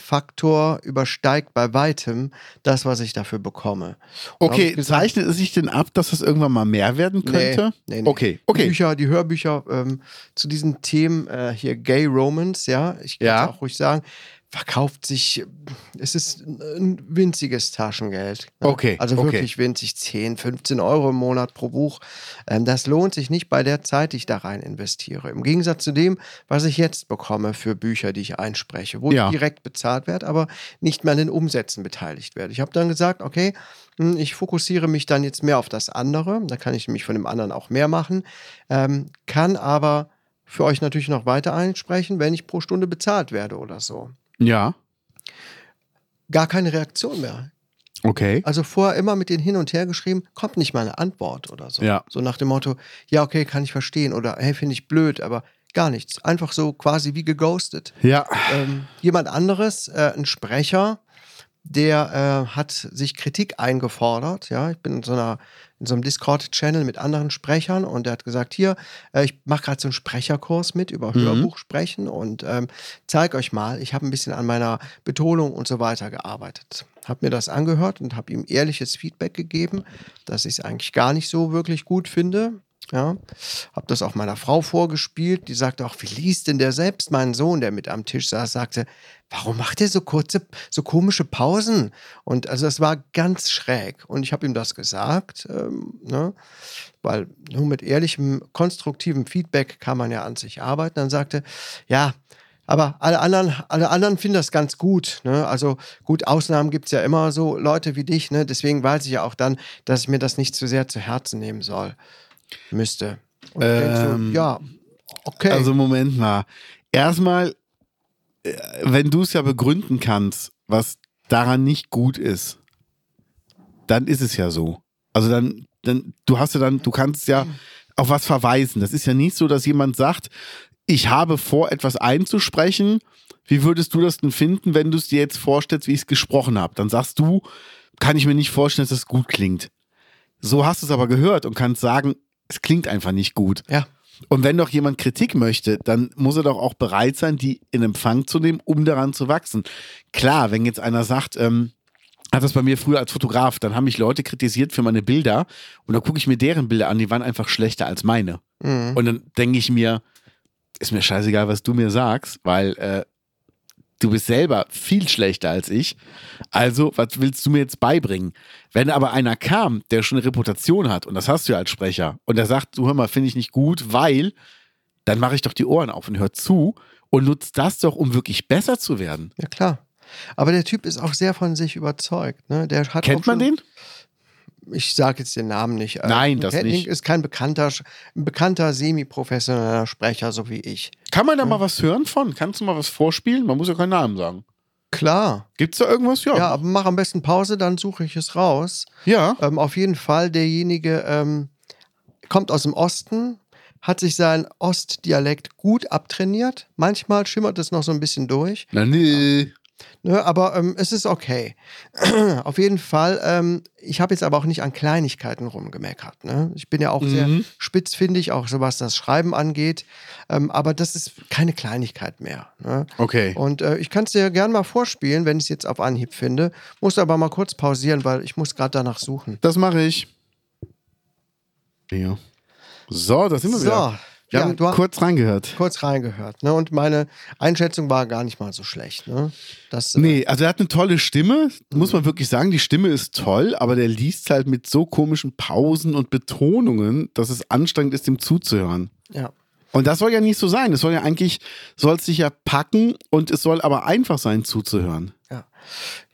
Zeitfaktor übersteigt bei weitem das, was ich dafür bekomme. Und hab
Okay,
ich gesagt,
zeichnet es sich denn ab, dass das irgendwann mal mehr werden könnte?
Nee, nee.
Okay,
Die
okay.
Bücher, die Hörbücher ähm, zu diesen Themen äh, hier Gay Romance, ja, ich kann
Ja.
es auch ruhig sagen, verkauft sich, äh, es ist ein- ein winziges Taschengeld. ne?
Okay,
Also
okay.
wirklich winzig, 10, 15 Euro im Monat pro Buch. Ähm, das lohnt sich nicht bei der Zeit, die ich da rein investiere. Im Gegensatz zu dem, was ich jetzt bekomme für Bücher, die ich einspreche, wo
Ja.
ich direkt bezahlt werde, aber nicht mehr an den Umsätzen beteiligt werde. Ich habe dann gesagt, okay, hm, ich fokussiere mich dann jetzt mehr auf das andere, da kann ich nämlich von dem anderen auch mehr machen, ähm, kann aber für euch natürlich noch weiter einsprechen, wenn ich pro Stunde bezahlt werde oder so.
Ja.
Gar keine Reaktion mehr.
Okay.
Also vorher immer mit denen hin und her geschrieben, kommt nicht mal eine Antwort oder so.
Ja.
So nach dem Motto, ja, okay, kann ich verstehen oder hey, finde ich blöd, aber gar nichts. Einfach so quasi wie geghostet.
Ja.
Ähm, jemand anderes, äh, ein Sprecher, der äh, hat sich Kritik eingefordert. Ja, ich bin in so, einer, in so einem Discord-Channel mit anderen Sprechern und der hat gesagt: Hier, äh, ich mache gerade so einen Sprecherkurs mit über Hörbuch sprechen und ähm, zeig euch mal, ich habe ein bisschen an meiner Betonung und so weiter gearbeitet. Hab mir das angehört und habe ihm ehrliches Feedback gegeben, dass ich es eigentlich gar nicht so wirklich gut finde. Ja, habe das auch meiner Frau vorgespielt. Die sagte auch, wie liest denn der selbst? Mein Sohn, der mit am Tisch saß, sagte, warum macht er so kurze, so komische Pausen? Und also das war ganz schräg. Und ich habe ihm das gesagt, ähm, ne? weil nur mit ehrlichem, konstruktivem Feedback kann man ja an sich arbeiten. Dann sagte, ja, aber alle anderen, alle anderen finden das ganz gut. Ne? Also gut, Ausnahmen gibt es ja immer so Leute wie dich. Ne? Deswegen weiß ich ja auch dann, dass ich mir das nicht zu sehr zu Herzen nehmen soll, müsste. Und ich denk
Ähm,
so, ja, okay.
Also Moment mal. Erstmal, äh, wenn du es ja begründen kannst, was daran nicht gut ist, dann ist es ja so. Also dann, dann, du hast ja dann, du kannst ja auf was verweisen. Das ist ja nicht so, dass jemand sagt, ich habe vor, etwas einzusprechen. Wie würdest du das denn finden, wenn du es dir jetzt vorstellst, wie ich es gesprochen habe? Dann sagst du, kann ich mir nicht vorstellen, dass das gut klingt. So hast du es aber gehört und kannst sagen, es klingt einfach nicht gut.
ja.
Und wenn doch jemand Kritik möchte, dann muss er doch auch bereit sein, die in Empfang zu nehmen, um daran zu wachsen. Klar, wenn jetzt einer sagt, ähm, hat das bei mir früher als Fotograf, dann haben mich Leute kritisiert für meine Bilder und dann gucke ich mir deren Bilder an, die waren einfach schlechter als meine.
Mhm.
Und dann denke ich mir, ist mir scheißegal, was du mir sagst, weil äh, du bist selber viel schlechter als ich. Also, was willst du mir jetzt beibringen? Wenn aber einer kam, der schon eine Reputation hat, und das hast du ja als Sprecher, und der sagt, du hör mal, finde ich nicht gut, weil, dann mache ich doch die Ohren auf und hör zu und nutzt das doch, um wirklich besser zu werden.
ja, klar. Aber der Typ ist auch sehr von sich überzeugt. Ne? Der hat auch
Kennt man
schon-
den?
ich sage jetzt den Namen nicht. Äh,
Nein, das
Henning
nicht.
ist kein bekannter, Sch- ein bekannter semi-professioneller Sprecher, so wie ich.
Kann man da mal was hören von? Kannst du mal was vorspielen? Man muss ja keinen Namen sagen.
Klar.
Gibt's da irgendwas? Ja.
Ja, aber mach am besten Pause, dann suche ich es raus.
ja.
Ähm, auf jeden Fall, derjenige ähm, kommt aus dem Osten, hat sich seinen Ostdialekt gut abtrainiert. Manchmal schimmert es noch so ein bisschen durch.
Na, nee.
Ne, aber ähm, es ist okay. Auf jeden Fall, ähm, ich habe jetzt aber auch nicht an Kleinigkeiten rumgemeckert. Ne? Ich bin ja auch sehr spitzfindig, auch so was das Schreiben angeht. Ähm, aber das ist keine Kleinigkeit mehr. Ne?
Okay.
Und äh, ich kann es dir gern mal vorspielen, wenn ich es jetzt auf Anhieb finde. Muss aber mal kurz pausieren, weil ich muss gerade danach suchen.
Das mache ich. Ja. So, da sind wir
So.
wieder. Wir
Ja,
haben
du-
kurz reingehört.
Kurz reingehört. Ne? Und meine Einschätzung war gar nicht mal so schlecht. Ne? Das, äh,
Nee, also er hat eine tolle Stimme, muss man wirklich sagen. Die Stimme ist toll, aber der liest halt mit so komischen Pausen und Betonungen, dass es anstrengend ist, ihm zuzuhören.
Ja.
Und das soll ja nicht so sein. Es soll ja eigentlich, soll es sich ja packen und es soll aber einfach sein, zuzuhören.
Ja.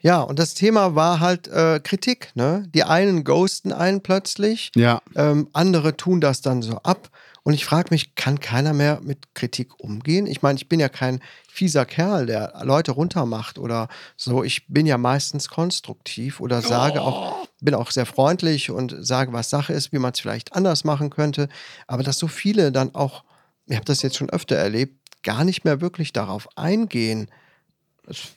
ja, und das Thema war halt äh, Kritik. Ne? Die einen ghosten einen plötzlich,
Ja.
ähm, andere tun das dann so ab. Und ich frage mich, kann keiner mehr mit Kritik umgehen? Ich meine, ich bin ja kein fieser Kerl, der Leute runtermacht oder so. Ich bin ja meistens konstruktiv oder sage auch, bin auch sehr freundlich und sage, was Sache ist, wie man es vielleicht anders machen könnte. Aber dass so viele dann auch, ich habe das jetzt schon öfter erlebt, gar nicht mehr wirklich darauf eingehen,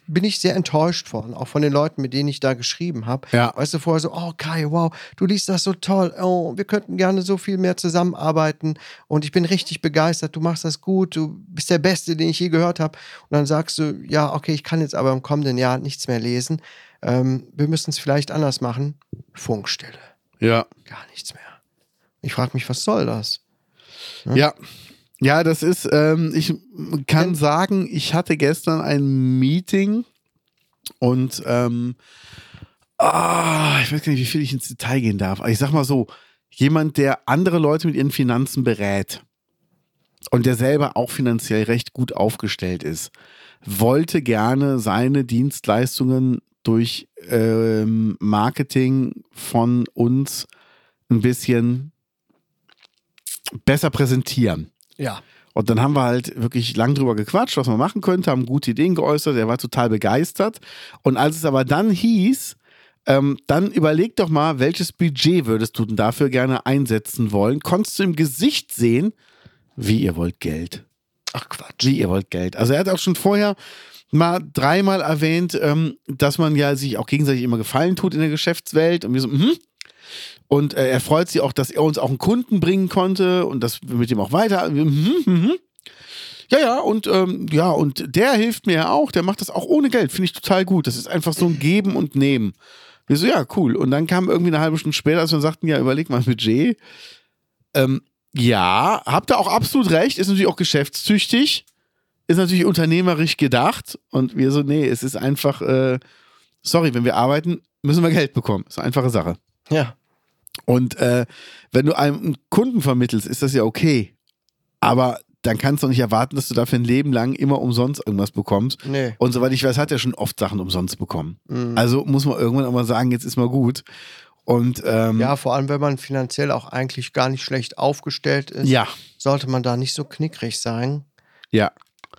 bin ich sehr enttäuscht von, auch von den Leuten, mit denen ich da geschrieben habe.
Ja.
Weißt du, vorher so, oh Kai, wow, du liest das so toll, oh, wir könnten gerne so viel mehr zusammenarbeiten und ich bin richtig begeistert, du machst das gut, du bist der Beste, den ich je gehört habe. Und dann sagst du, ja, okay, ich kann jetzt aber im kommenden Jahr nichts mehr lesen, ähm, wir müssen es vielleicht anders machen. Funkstille,
Ja.
gar nichts mehr. Ich frage mich, was soll das?
Ja. Ja, das ist, ähm, ich kann sagen, ich hatte gestern ein Meeting und ähm, ah, ich weiß gar nicht, wie viel ich ins Detail gehen darf. Aber ich sag mal so, jemand, der andere Leute mit ihren Finanzen berät und der selber auch finanziell recht gut aufgestellt ist, wollte gerne seine Dienstleistungen durch ähm, Marketing von uns ein bisschen besser präsentieren.
Ja.
Und dann haben wir halt wirklich lang drüber gequatscht, was man machen könnte, haben gute Ideen geäußert, er war total begeistert. Und als es aber dann hieß, ähm, dann überleg doch mal, welches Budget würdest du denn dafür gerne einsetzen wollen, konntest du im Gesicht sehen, wie ihr wollt Geld.
Ach Quatsch.
Wie ihr wollt Geld. Also er hat auch schon vorher mal dreimal erwähnt, ähm, dass man ja sich auch gegenseitig immer Gefallen tut in der Geschäftswelt. Und wir so, mhm. Und äh, er freut sich auch, dass er uns auch einen Kunden bringen konnte und dass wir mit dem auch weiter. Mhm, mhm. Ja, ja, und ähm, ja, und der hilft mir ja auch, der macht das auch ohne Geld. Finde ich total gut. Das ist einfach so ein Geben und Nehmen. Wir so, ja, cool. Und dann kam irgendwie eine halbe Stunde später, als wir sagten, ja, überleg mal Budget. Ähm, ja, habt ihr auch absolut recht, ist natürlich auch geschäftstüchtig ist natürlich unternehmerisch gedacht und wir so, nee, es ist einfach, äh, sorry, wenn wir arbeiten, müssen wir Geld bekommen. Ist eine einfache Sache.
Ja.
Und äh, wenn du einem einen Kunden vermittelst, ist das ja okay. Aber dann kannst du doch nicht erwarten, dass du dafür ein Leben lang immer umsonst irgendwas bekommst.
Nee.
Und soweit ich weiß, hat er schon oft Sachen umsonst bekommen.
Mhm.
Also muss man irgendwann auch mal sagen, jetzt ist mal gut. Und ähm,
Ja, vor allem, wenn man finanziell auch eigentlich gar nicht schlecht aufgestellt ist.
ja,
sollte man da nicht so knickrig sein.
ja,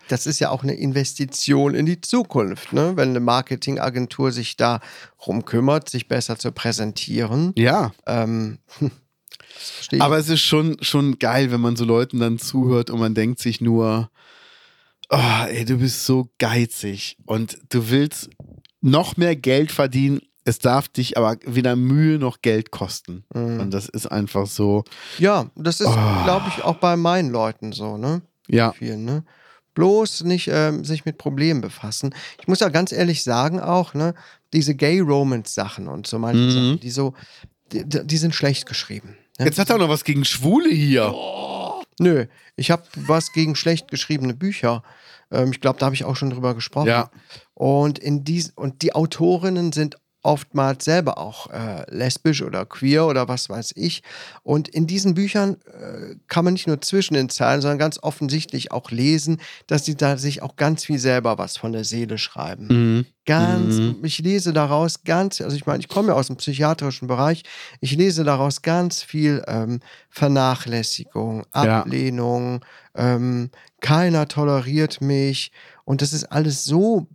Das ist ja auch eine Investition in die Zukunft, ne? wenn eine Marketingagentur sich darum kümmert, sich besser zu präsentieren.
ja.
Ähm, das verstehe ich.
Aber es ist schon, schon geil, wenn man so Leuten dann zuhört und man denkt sich nur, oh, ey, du bist so geizig und du willst noch mehr Geld verdienen. Es darf dich aber weder Mühe noch Geld kosten.
Mhm.
Und das ist einfach so.
ja, das ist,
Ah.
glaube ich, auch bei meinen Leuten so, ne?
Ja,
vielen, ne? Bloß nicht ähm, sich mit Problemen befassen. Ich muss ja ganz ehrlich sagen, auch, ne, diese Gay-Romance-Sachen und so manche
Mhm.
Sachen, die so, die, die sind schlecht geschrieben. Ne?
jetzt hat er noch was gegen Schwule hier.
Nö, ich habe was gegen schlecht geschriebene Bücher. Ähm, ich glaube, da habe ich auch schon drüber gesprochen.
Ja.
Und, in dies, und die Autorinnen sind oftmals selber auch äh, lesbisch oder queer oder was weiß ich. Und in diesen Büchern äh, kann man nicht nur zwischen den Zeilen, sondern ganz offensichtlich auch lesen, dass die da sich auch ganz viel selber was von der Seele schreiben.
Mhm.
Ganz,
Mhm.
ich lese daraus ganz, also ich meine, ich komme ja aus dem psychiatrischen Bereich, ich lese daraus ganz viel ähm, Vernachlässigung,
Ja.
Ablehnung, ähm, keiner toleriert mich und das ist alles so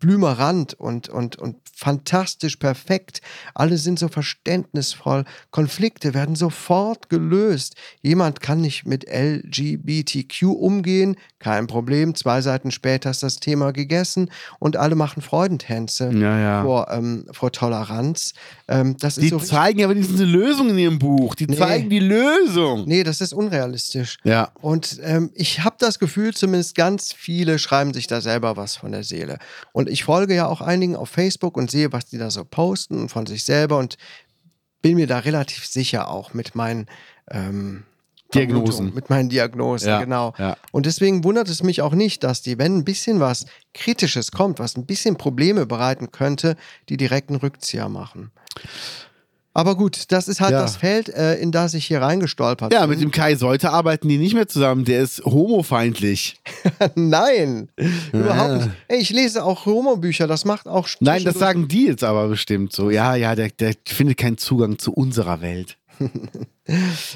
blümerant und, und, und fantastisch perfekt. Alle sind so verständnisvoll. Konflikte werden sofort gelöst. Jemand kann nicht mit LGBTQ umgehen. Kein Problem. Zwei Seiten später ist das Thema gegessen und alle machen Freudentänze
Ja, ja.
Vor, ähm, vor Toleranz. Ähm, das
Die
ist so richtig-
zeigen ja wenigstens eine Lösung in ihrem Buch. Die
Nee.
zeigen die Lösung.
Nee, das ist unrealistisch.
Ja.
Und ähm, ich habe das Gefühl, zumindest ganz viele schreiben sich da selber was von der Seele. Und ich folge ja auch einigen auf Facebook und sehe, was die da so posten und von sich selber und bin mir da relativ sicher auch mit meinen ähm,
Diagnosen.
Vermutungen, mit meinen Diagnosen,
Ja,
genau.
ja.
Und deswegen wundert es mich auch nicht, dass die, wenn ein bisschen was Kritisches kommt, was ein bisschen Probleme bereiten könnte, die direkten Rückzieher machen. Aber gut, das ist halt
Ja.
das Feld, äh, in das ich hier reingestolpert
Ja,
bin.
mit dem Kai Sollte arbeiten die nicht mehr zusammen. Der ist homofeindlich.
Nein, überhaupt nicht. Ey, ich lese auch Homo-Bücher, das macht auch
Nein, das
zwischendurch-
sagen die jetzt aber bestimmt so. Ja, ja, der, der findet keinen Zugang zu unserer Welt.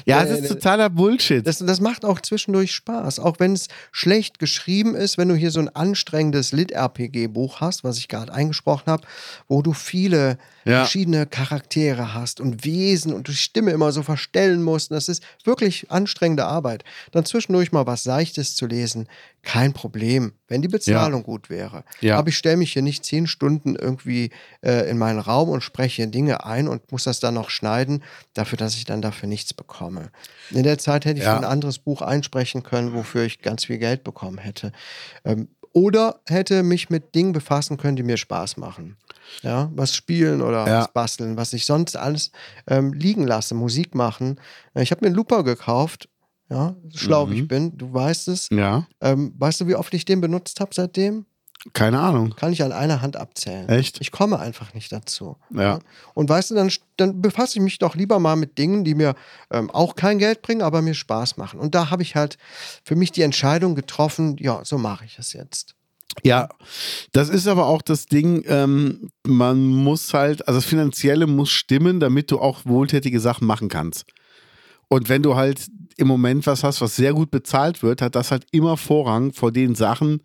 ja, es ist totaler Bullshit.
Das, das macht auch zwischendurch Spaß, auch wenn es schlecht geschrieben ist, wenn du hier so ein anstrengendes Lit-RPG-Buch hast, was ich gerade eingesprochen habe, wo du viele
Ja.
verschiedene Charaktere hast und Wesen und du die Stimme immer so verstellen musst. Das ist wirklich anstrengende Arbeit. Dann zwischendurch mal was Seichtes zu lesen, kein Problem, wenn die Bezahlung gut wäre.
Ja.
Aber ich stelle mich hier nicht zehn Stunden irgendwie äh, in meinen Raum und spreche hier Dinge ein und muss das dann noch schneiden, dafür, dass ich dann dafür nichts bekomme. In der Zeit hätte ich
Ja.
für ein anderes Buch einsprechen können, wofür ich ganz viel Geld bekommen hätte. Ähm, oder hätte mich mit Dingen befassen können, die mir Spaß machen. Ja, was spielen oder
Ja.
was basteln, was ich sonst alles ähm, liegen lasse, Musik machen. Äh, Ich habe mir einen Looper gekauft. Ja, so schlau
Mhm.
wie ich bin, du weißt es.
Ja,
Ähm, weißt du, wie oft ich den benutzt habe seitdem?
keine Ahnung.
Kann ich an einer Hand abzählen.
Echt?
Ich komme einfach nicht dazu.
Ja.
Und weißt du, dann, dann befasse ich mich doch lieber mal mit Dingen, die mir ähm, auch kein Geld bringen, aber mir Spaß machen. Und da habe ich halt für mich die Entscheidung getroffen, ja, so mache ich es jetzt.
Ja, das ist aber auch das Ding, ähm, man muss halt, also das Finanzielle muss stimmen, damit du auch wohltätige Sachen machen kannst. Und wenn du halt im Moment was hast, was sehr gut bezahlt wird, hat das halt immer Vorrang vor den Sachen,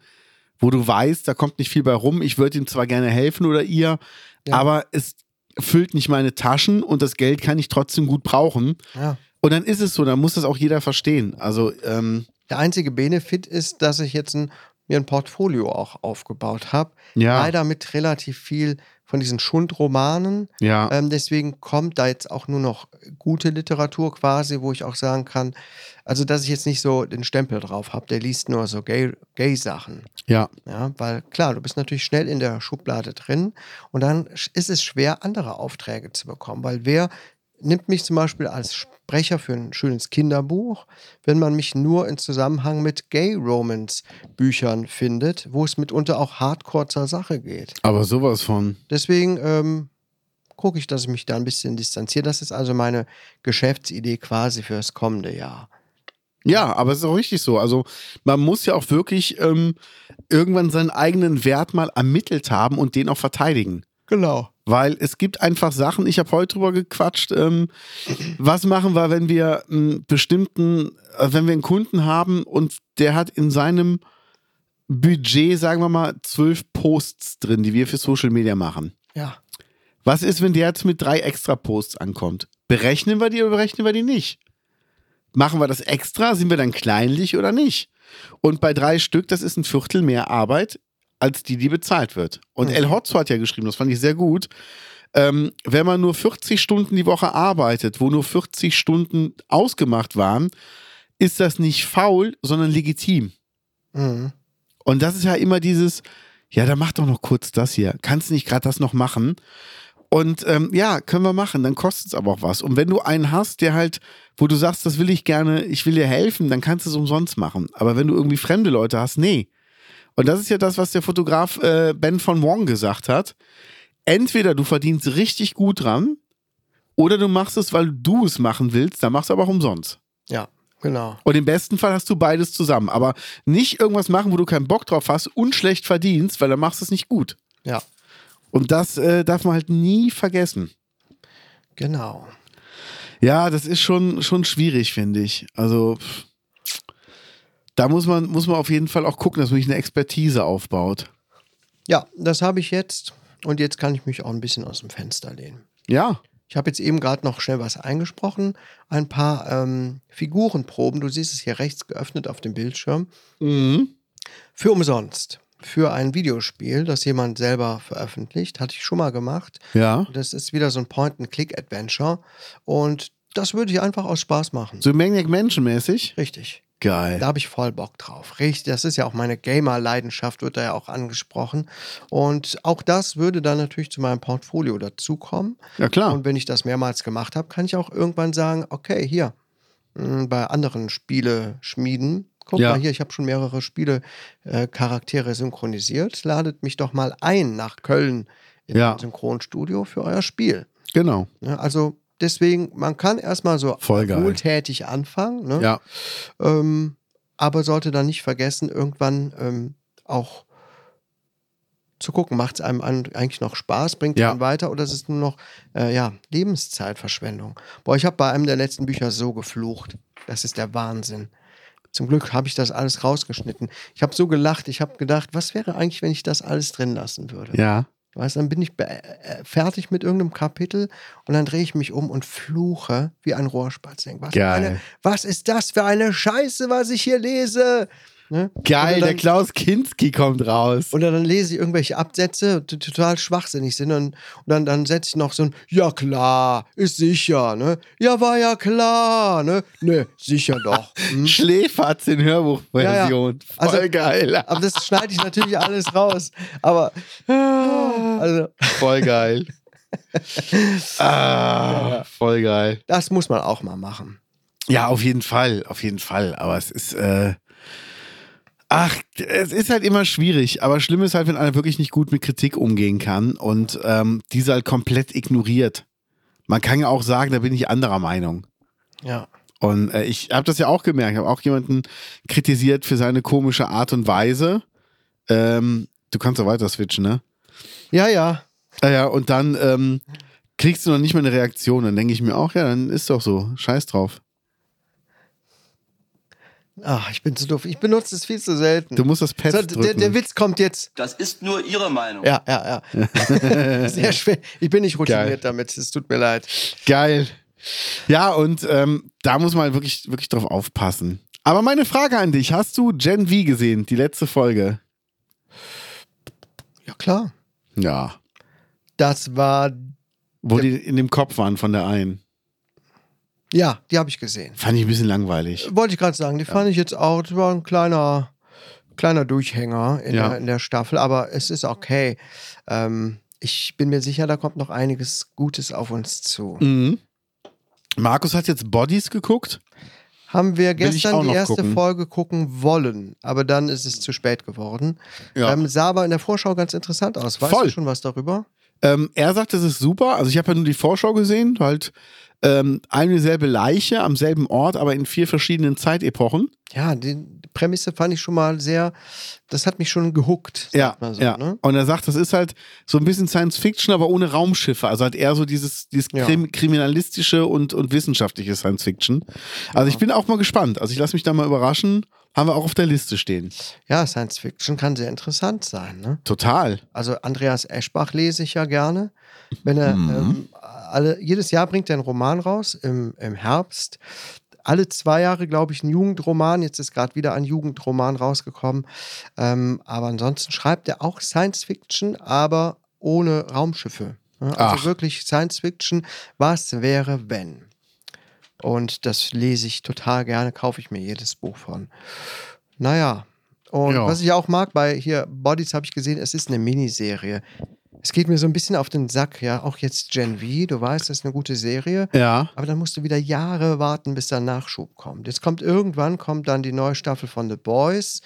wo du weißt, da kommt nicht viel bei rum. Ich würde ihm zwar gerne helfen oder ihr,
Ja.
aber es füllt nicht meine Taschen und das Geld kann ich trotzdem gut brauchen.
Ja.
Und dann ist es so, dann muss das auch jeder verstehen. Also, ähm,
Der einzige Benefit ist, dass ich jetzt ein, mir ein Portfolio auch aufgebaut habe.
Ja.
Leider mit relativ viel von diesen Schundromanen.
ja.
Ähm, deswegen kommt da jetzt auch nur noch gute Literatur quasi, wo ich auch sagen kann, also dass ich jetzt nicht so den Stempel drauf habe, der liest nur so Gay- Gay-Sachen.
ja.
ja, weil klar, du bist natürlich schnell in der Schublade drin und dann sch- ist es schwer, andere Aufträge zu bekommen, weil wer nimmt mich zum Beispiel als Sprecher für ein schönes Kinderbuch, wenn man mich nur in Zusammenhang mit Gay-Romance-Büchern findet, wo es mitunter auch hardcore zur Sache geht.
Aber sowas von.
Deswegen ähm, gucke ich, dass ich mich da ein bisschen distanziere. Das ist also meine Geschäftsidee quasi für das kommende Jahr.
Ja, aber es ist auch richtig so. Also man muss ja auch wirklich ähm, irgendwann seinen eigenen Wert mal ermittelt haben und den auch verteidigen.
Genau.
Weil es gibt einfach Sachen, ich habe heute drüber gequatscht, ähm, was machen wir, wenn wir einen bestimmten, äh, wenn wir einen Kunden haben und der hat in seinem Budget, sagen wir mal, zwölf Posts drin, die wir für Social Media machen.
Ja.
Was ist, wenn der jetzt mit drei extra Posts ankommt? Berechnen wir die oder berechnen wir die nicht? Machen wir das extra? Sind wir dann kleinlich oder nicht? Und bei drei Stück, das ist ein Viertel mehr Arbeit als die, die bezahlt wird. Und El Hotzo hat ja geschrieben, das fand ich sehr gut. Ähm, wenn man nur 40 Stunden die Woche arbeitet, wo nur 40 Stunden ausgemacht waren, ist das nicht faul, sondern legitim.
Mhm.
Und das ist ja immer dieses, ja, dann mach doch noch kurz das hier. Kannst du nicht gerade das noch machen? Und ähm, ja, können wir machen, dann kostet es aber auch was. Und wenn du einen hast, der halt, wo du sagst, das will ich gerne, ich will dir helfen, dann kannst du es umsonst machen. Aber wenn du irgendwie fremde Leute hast, nee. Und das ist ja das, was der Fotograf äh, Ben von Wong gesagt hat. Entweder du verdienst richtig gut dran, oder du machst es, weil du es machen willst, dann machst du aber auch umsonst.
Ja, genau.
Und im besten Fall hast du beides zusammen. Aber nicht irgendwas machen, wo du keinen Bock drauf hast und schlecht verdienst, weil dann machst du es nicht gut.
Ja,
Und das äh, darf man halt nie vergessen.
genau.
Ja, das ist schon, schon schwierig, finde ich. Also pff. da muss man, muss man auf jeden Fall auch gucken, dass man sich eine Expertise aufbaut.
Ja, das habe ich jetzt. Und jetzt kann ich mich auch ein bisschen aus dem Fenster lehnen.
Ja.
Ich habe jetzt eben gerade noch schnell was eingesprochen. Ein paar ähm, Figurenproben. Du siehst es hier rechts geöffnet auf dem Bildschirm.
Mhm.
Für umsonst. Für ein Videospiel, das jemand selber veröffentlicht. Hatte ich schon mal gemacht.
Ja.
Das ist wieder so ein Point-and-Click-Adventure. Und das würde ich einfach aus Spaß machen.
So Maniac Mansion-mäßig.
Richtig.
Geil.
Da habe ich voll Bock drauf. Richtig, das ist ja auch meine Gamer-Leidenschaft, wird da ja auch angesprochen. Und auch das würde dann natürlich zu meinem Portfolio dazukommen.
Ja, klar.
Und wenn ich das mehrmals gemacht habe, kann ich auch irgendwann sagen, okay, hier, mh, bei anderen Spieleschmieden, guck
Ja.
mal hier, ich habe schon mehrere Spiele äh, Charaktere synchronisiert, ladet mich doch mal ein nach Köln in
Ja.
ein Synchronstudio für euer Spiel.
Genau.
Ne? Also deswegen, man kann erstmal so
Voll geil.
wohltätig anfangen, ne?
Ja.
ähm, aber sollte dann nicht vergessen, irgendwann ähm, auch zu gucken, macht es einem an, eigentlich noch Spaß, bringt
Ja.
man weiter oder ist es nur noch äh, ja, Lebenszeitverschwendung? Boah, ich habe bei einem der letzten Bücher so geflucht. Das ist der Wahnsinn. Zum Glück habe ich das alles rausgeschnitten. Ich habe so gelacht, ich habe gedacht, was wäre eigentlich, wenn ich das alles drin lassen würde?
Ja.
Weißt, du, dann bin ich be- äh, fertig mit irgendeinem Kapitel und dann drehe ich mich um und fluche wie ein Rohrspatz. Denk, Was, für
Geil.
eine, was ist das für eine Scheiße, was ich hier lese? Ne?
Geil,
Oder
der
dann,
Klaus Kinski kommt raus.
oder dann lese ich irgendwelche Absätze, die total schwachsinnig sind. Und, und dann, dann setze ich noch so ein Ja klar, ist sicher, ne? Ja, war ja klar, ne? Ne, sicher doch. Hm?
Schläferz in Hörbuchversion.
Ja, ja.
Voll
Also-
geil.
Aber das schneide ich natürlich alles raus. Aber also,
Voll geil. ah, voll geil.
das muss man auch mal machen.
Ja, auf jeden Fall, auf jeden Fall. Aber es ist, äh, ach, es ist halt immer schwierig. Aber schlimm ist halt, wenn einer wirklich nicht gut mit Kritik umgehen kann und ähm, diese halt komplett ignoriert. Man kann ja auch sagen, da bin ich anderer Meinung.
Ja.
Und äh, ich habe das ja auch gemerkt, habe auch jemanden kritisiert für seine komische Art und Weise. Ähm, du kannst ja weiter switchen, ne?
Ja, ja.
Ah Ja, ja, und dann ähm, kriegst du noch nicht mal eine Reaktion. Dann denke ich mir auch, ja, dann ist doch so. Scheiß drauf.
Ach, Ah, ich bin zu doof. Ich benutze es viel zu selten.
Du musst das Pad
so,
drücken.
der, der Witz kommt jetzt.
Das ist nur Ihre Meinung.
Ja, ja, ja. Sehr schwer. Ich bin nicht routiniert
Geil.
damit. Es tut mir leid.
Geil. Ja, und ähm, da muss man wirklich, wirklich drauf aufpassen. Aber meine Frage an dich: Hast du Gen V gesehen, die letzte Folge?
Ja, klar.
Ja.
Das war.
Wo die in dem Kopf waren von der einen.
Ja, die habe ich gesehen.
Fand ich ein bisschen langweilig.
Wollte ich gerade sagen. Die fand ich jetzt auch. Das war ein kleiner, kleiner Durchhänger in,
Ja.
der, in der Staffel. Aber es ist okay. Ähm, ich bin mir sicher, da kommt noch einiges Gutes auf uns zu.
Mhm. Markus hat jetzt Bodies geguckt.
Haben wir
Will ich auch
gestern die
noch
erste
gucken.
Folge gucken wollen, aber dann ist es zu spät geworden.
Ja.
Ähm, sah aber in der Vorschau ganz interessant aus. Weißt
Voll.
du schon was darüber?
Ähm, er sagt, es ist super. Also ich habe ja nur die Vorschau gesehen, halt ähm, eine und dieselbe Leiche am selben Ort, aber in vier verschiedenen Zeitepochen.
Ja, die Prämisse fand ich schon mal sehr, das hat mich schon gehuckt,
Ja,
sagt man so.
ja.
Ne?
Und er sagt, das ist halt so ein bisschen Science Fiction, aber ohne Raumschiffe. Also hat eher so dieses, dieses
Ja.
Krim kriminalistische und, und wissenschaftliche Science Fiction. Also ich bin auch mal gespannt. Also ich lasse mich da mal überraschen. Haben wir auch auf der Liste stehen.
Ja, Science Fiction kann sehr interessant sein. Ne?
Total.
Also Andreas Eschbach lese ich ja gerne. Wenn er ähm, alle, jedes Jahr bringt er einen Roman raus im, im Herbst. Alle zwei Jahre, glaube ich, ein Jugendroman. Jetzt ist gerade wieder ein Jugendroman rausgekommen. Ähm, aber ansonsten schreibt er auch Science Fiction, aber ohne Raumschiffe. Ja, Also
Ach.
wirklich Science Fiction. Was wäre, wenn? Und das lese ich total gerne, kaufe ich mir jedes Buch von. Naja, und
Ja.
was ich auch mag bei hier Bodies habe ich gesehen, es ist eine Miniserie. Es geht mir so ein bisschen auf den Sack, ja, auch jetzt Gen V, du weißt, das ist eine gute Serie,
Ja.
aber dann musst du wieder Jahre warten, bis da Nachschub kommt. Jetzt kommt irgendwann kommt dann die neue Staffel von The Boys.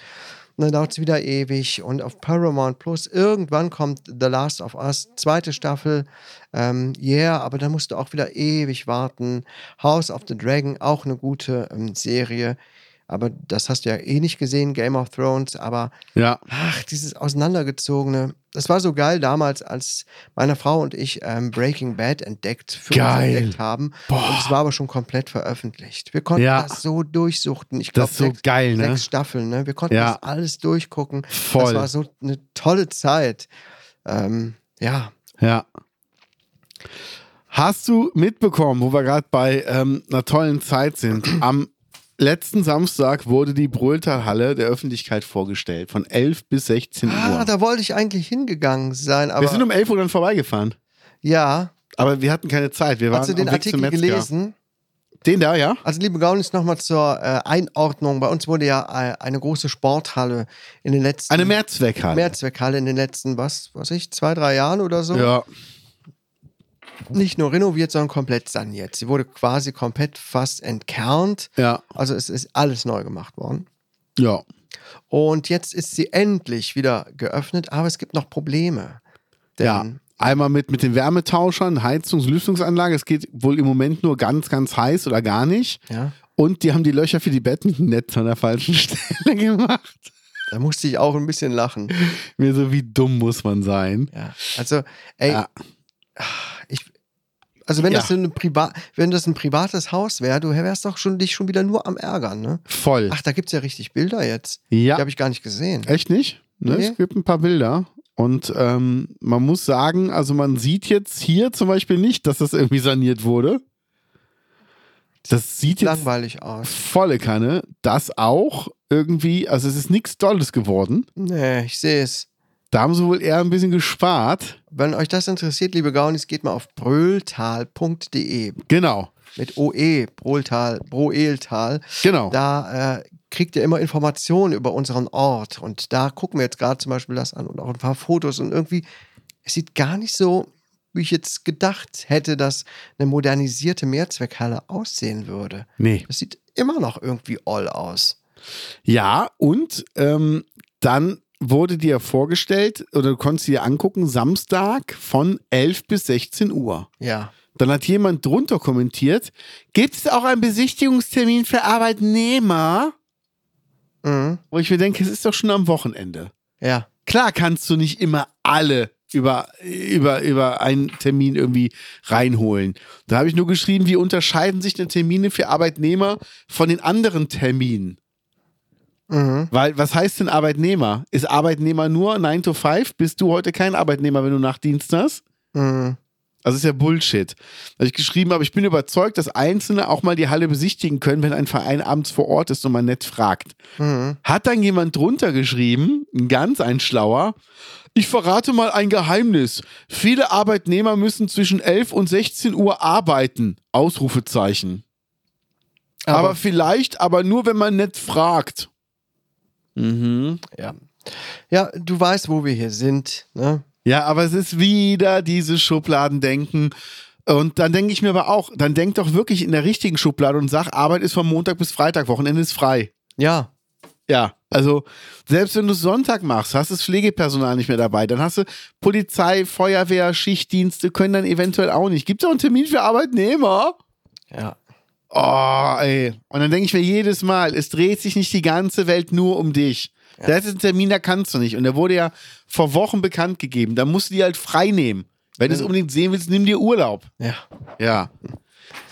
Und dann dauert es wieder ewig. Und auf Paramount Plus, irgendwann kommt The Last of Us, zweite Staffel. Ähm, yeah, aber dann musst du auch wieder ewig warten. House of the Dragon, auch eine gute ähm, Serie. Aber das hast du ja eh nicht gesehen, Game of Thrones. Aber
Ja.
ach, dieses Auseinandergezogene. Das war so geil damals, als meine Frau und ich ähm, Breaking Bad entdeckt, für
Geil.
Uns entdeckt haben.
Boah.
Und es war aber schon komplett veröffentlicht. Wir konnten
Ja.
das so durchsuchten. Ich
Das
glaube,
ist so
sechs,
geil, ne?
sechs Staffeln. Ne? Wir konnten
Ja.
das alles durchgucken.
Voll.
Das war so eine tolle Zeit. Ähm, ja,
Ja. Hast du mitbekommen, wo wir gerade bei ähm, einer tollen Zeit sind? Am letzten Samstag wurde die Brühltalhalle der Öffentlichkeit vorgestellt, von 11 bis 16
Ah,
Uhr.
da wollte ich eigentlich hingegangen sein, aber
wir sind um 11 Uhr dann vorbeigefahren,
ja,
aber wir hatten keine Zeit. Wir waren
hast du den
am Weg zum
Artikel
Metzger.
gelesen?
Den da, ja?
Also liebe Gaunis, nochmal zur äh, Einordnung. Bei uns wurde ja äh, eine große Sporthalle in den letzten
Eine Mehrzweckhalle.
Mehrzweckhalle in den letzten, was weiß ich, zwei, drei Jahren oder so.
ja.
Nicht nur renoviert, sondern komplett saniert. Sie wurde quasi komplett fast entkernt.
Ja.
Also es ist alles neu gemacht worden.
Ja.
Und jetzt ist sie endlich wieder geöffnet, aber es gibt noch Probleme.
Ja.
Denn-
Einmal mit, mit den Wärmetauschern, Heizungs-, Lüftungsanlage. Es geht wohl im Moment nur ganz, ganz heiß oder gar nicht.
Ja.
Und die haben die Löcher für die Badmintonnetten an der falschen Stelle gemacht.
Da musste ich auch ein bisschen lachen.
Mir so, wie dumm muss man sein?
Ja, also, ey,
Ja.
ich, also wenn das
Ja.
so eine Privat, wenn das ein privates Haus wäre, du wärst doch schon dich schon wieder nur am Ärgern, ne?
Voll.
Ach, da gibt's ja richtig Bilder jetzt.
ja.
Die habe ich gar nicht gesehen.
Echt nicht? Ne?
Nee.
Es gibt ein paar Bilder. Und ähm, man muss sagen, also man sieht jetzt hier zum Beispiel nicht, dass das irgendwie saniert wurde. Das sieht jetzt
Langweilig aus.
volle Kanne. Das auch irgendwie, also es ist nichts Dolles geworden.
Nee, ich sehe es.
Da haben sie wohl eher ein bisschen gespart.
Wenn euch das interessiert, liebe Gaunis, geht mal auf bröhltal.de
Genau,
mit OE, Brohltal, Broeltal.
genau.
Da äh, kriegt ihr immer Informationen über unseren Ort. Und da gucken wir jetzt gerade zum Beispiel das an und auch ein paar Fotos. Und irgendwie, es sieht gar nicht so, wie ich jetzt gedacht hätte, dass eine modernisierte Mehrzweckhalle aussehen würde.
nee.
Das sieht immer noch irgendwie all aus.
Ja, und ähm, dann wurde dir vorgestellt, oder du konntest dir angucken, Samstag von 11 bis 16 Uhr.
Ja.
Dann hat jemand drunter kommentiert, gibt es auch einen Besichtigungstermin für Arbeitnehmer?
Mhm.
Wo ich mir denke, es ist doch schon am Wochenende.
Ja.
Klar kannst du nicht immer alle über, über, über einen Termin irgendwie reinholen. Da habe ich nur geschrieben, wie unterscheiden sich denn Termine für Arbeitnehmer von den anderen Terminen?
Mhm.
Weil, was heißt denn Arbeitnehmer? Ist Arbeitnehmer nur 9 to 5? Bist du heute kein Arbeitnehmer, wenn du Nachtdienst hast?
Mhm.
Also ist ja Bullshit. Da habe ich geschrieben, aber ich bin überzeugt, dass Einzelne auch mal die Halle besichtigen können, wenn ein Verein abends vor Ort ist und man nett fragt.
Mhm.
Hat dann jemand drunter geschrieben, ganz ein Schlauer, ich verrate mal ein Geheimnis. Viele Arbeitnehmer müssen zwischen 11 und 16 Uhr arbeiten. Ausrufezeichen. Aber,
Aber-
vielleicht, aber nur, wenn man nett fragt. Mhm.
Ja. Ähm, Ja, du weißt, wo wir hier sind. Ne?
Ja, aber es ist wieder dieses Schubladendenken. Und dann denke ich mir aber auch, dann denk doch wirklich in der richtigen Schublade und sag, Arbeit ist von Montag bis Freitag, Wochenende ist frei.
Ja.
Ja, also selbst wenn du es Sonntag machst, hast das Pflegepersonal nicht mehr dabei. Dann hast du Polizei, Feuerwehr, Schichtdienste können dann eventuell auch nicht. Gibt es auch einen Termin für Arbeitnehmer?
Ja.
Oh, ey. Und dann denke ich mir jedes Mal, es dreht sich nicht die ganze Welt nur um dich. Das ist ein Termin, da kannst du nicht. Und der wurde ja vor Wochen bekannt gegeben. Da musst du die halt frei nehmen. Wenn du es unbedingt sehen willst, nimm dir Urlaub.
Ja.
Ja.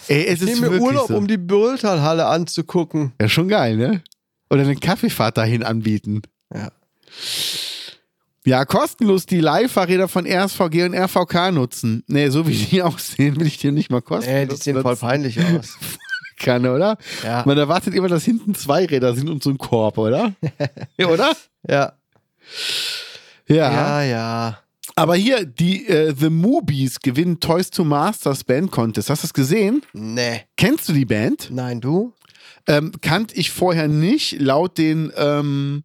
Ey, es ist
Nehmen wir
wirklich
Urlaub,
so.
um die Brühltalhalle anzugucken.
Ja, schon geil, ne? Oder eine Kaffeefahrt dahin anbieten.
Ja.
Ja, kostenlos die Leihfahrräder von RSVG und RVK nutzen. Nee, so wie die aussehen, will ich dir nicht mal kostenlos.
Nee, die sehen voll
nutzen
peinlich aus.
Kann, oder?
Ja.
Man erwartet immer, dass hinten zwei Räder sind und so ein Korb, oder? ja, oder?
Ja.
Ja.
Ja, ja.
Aber hier, die äh, The Movies gewinnen Toys to Masters Band Contest. Hast du das gesehen?
Nee.
Kennst du die Band?
Nein, du?
Ähm, kannte ich vorher nicht. Laut den, ähm,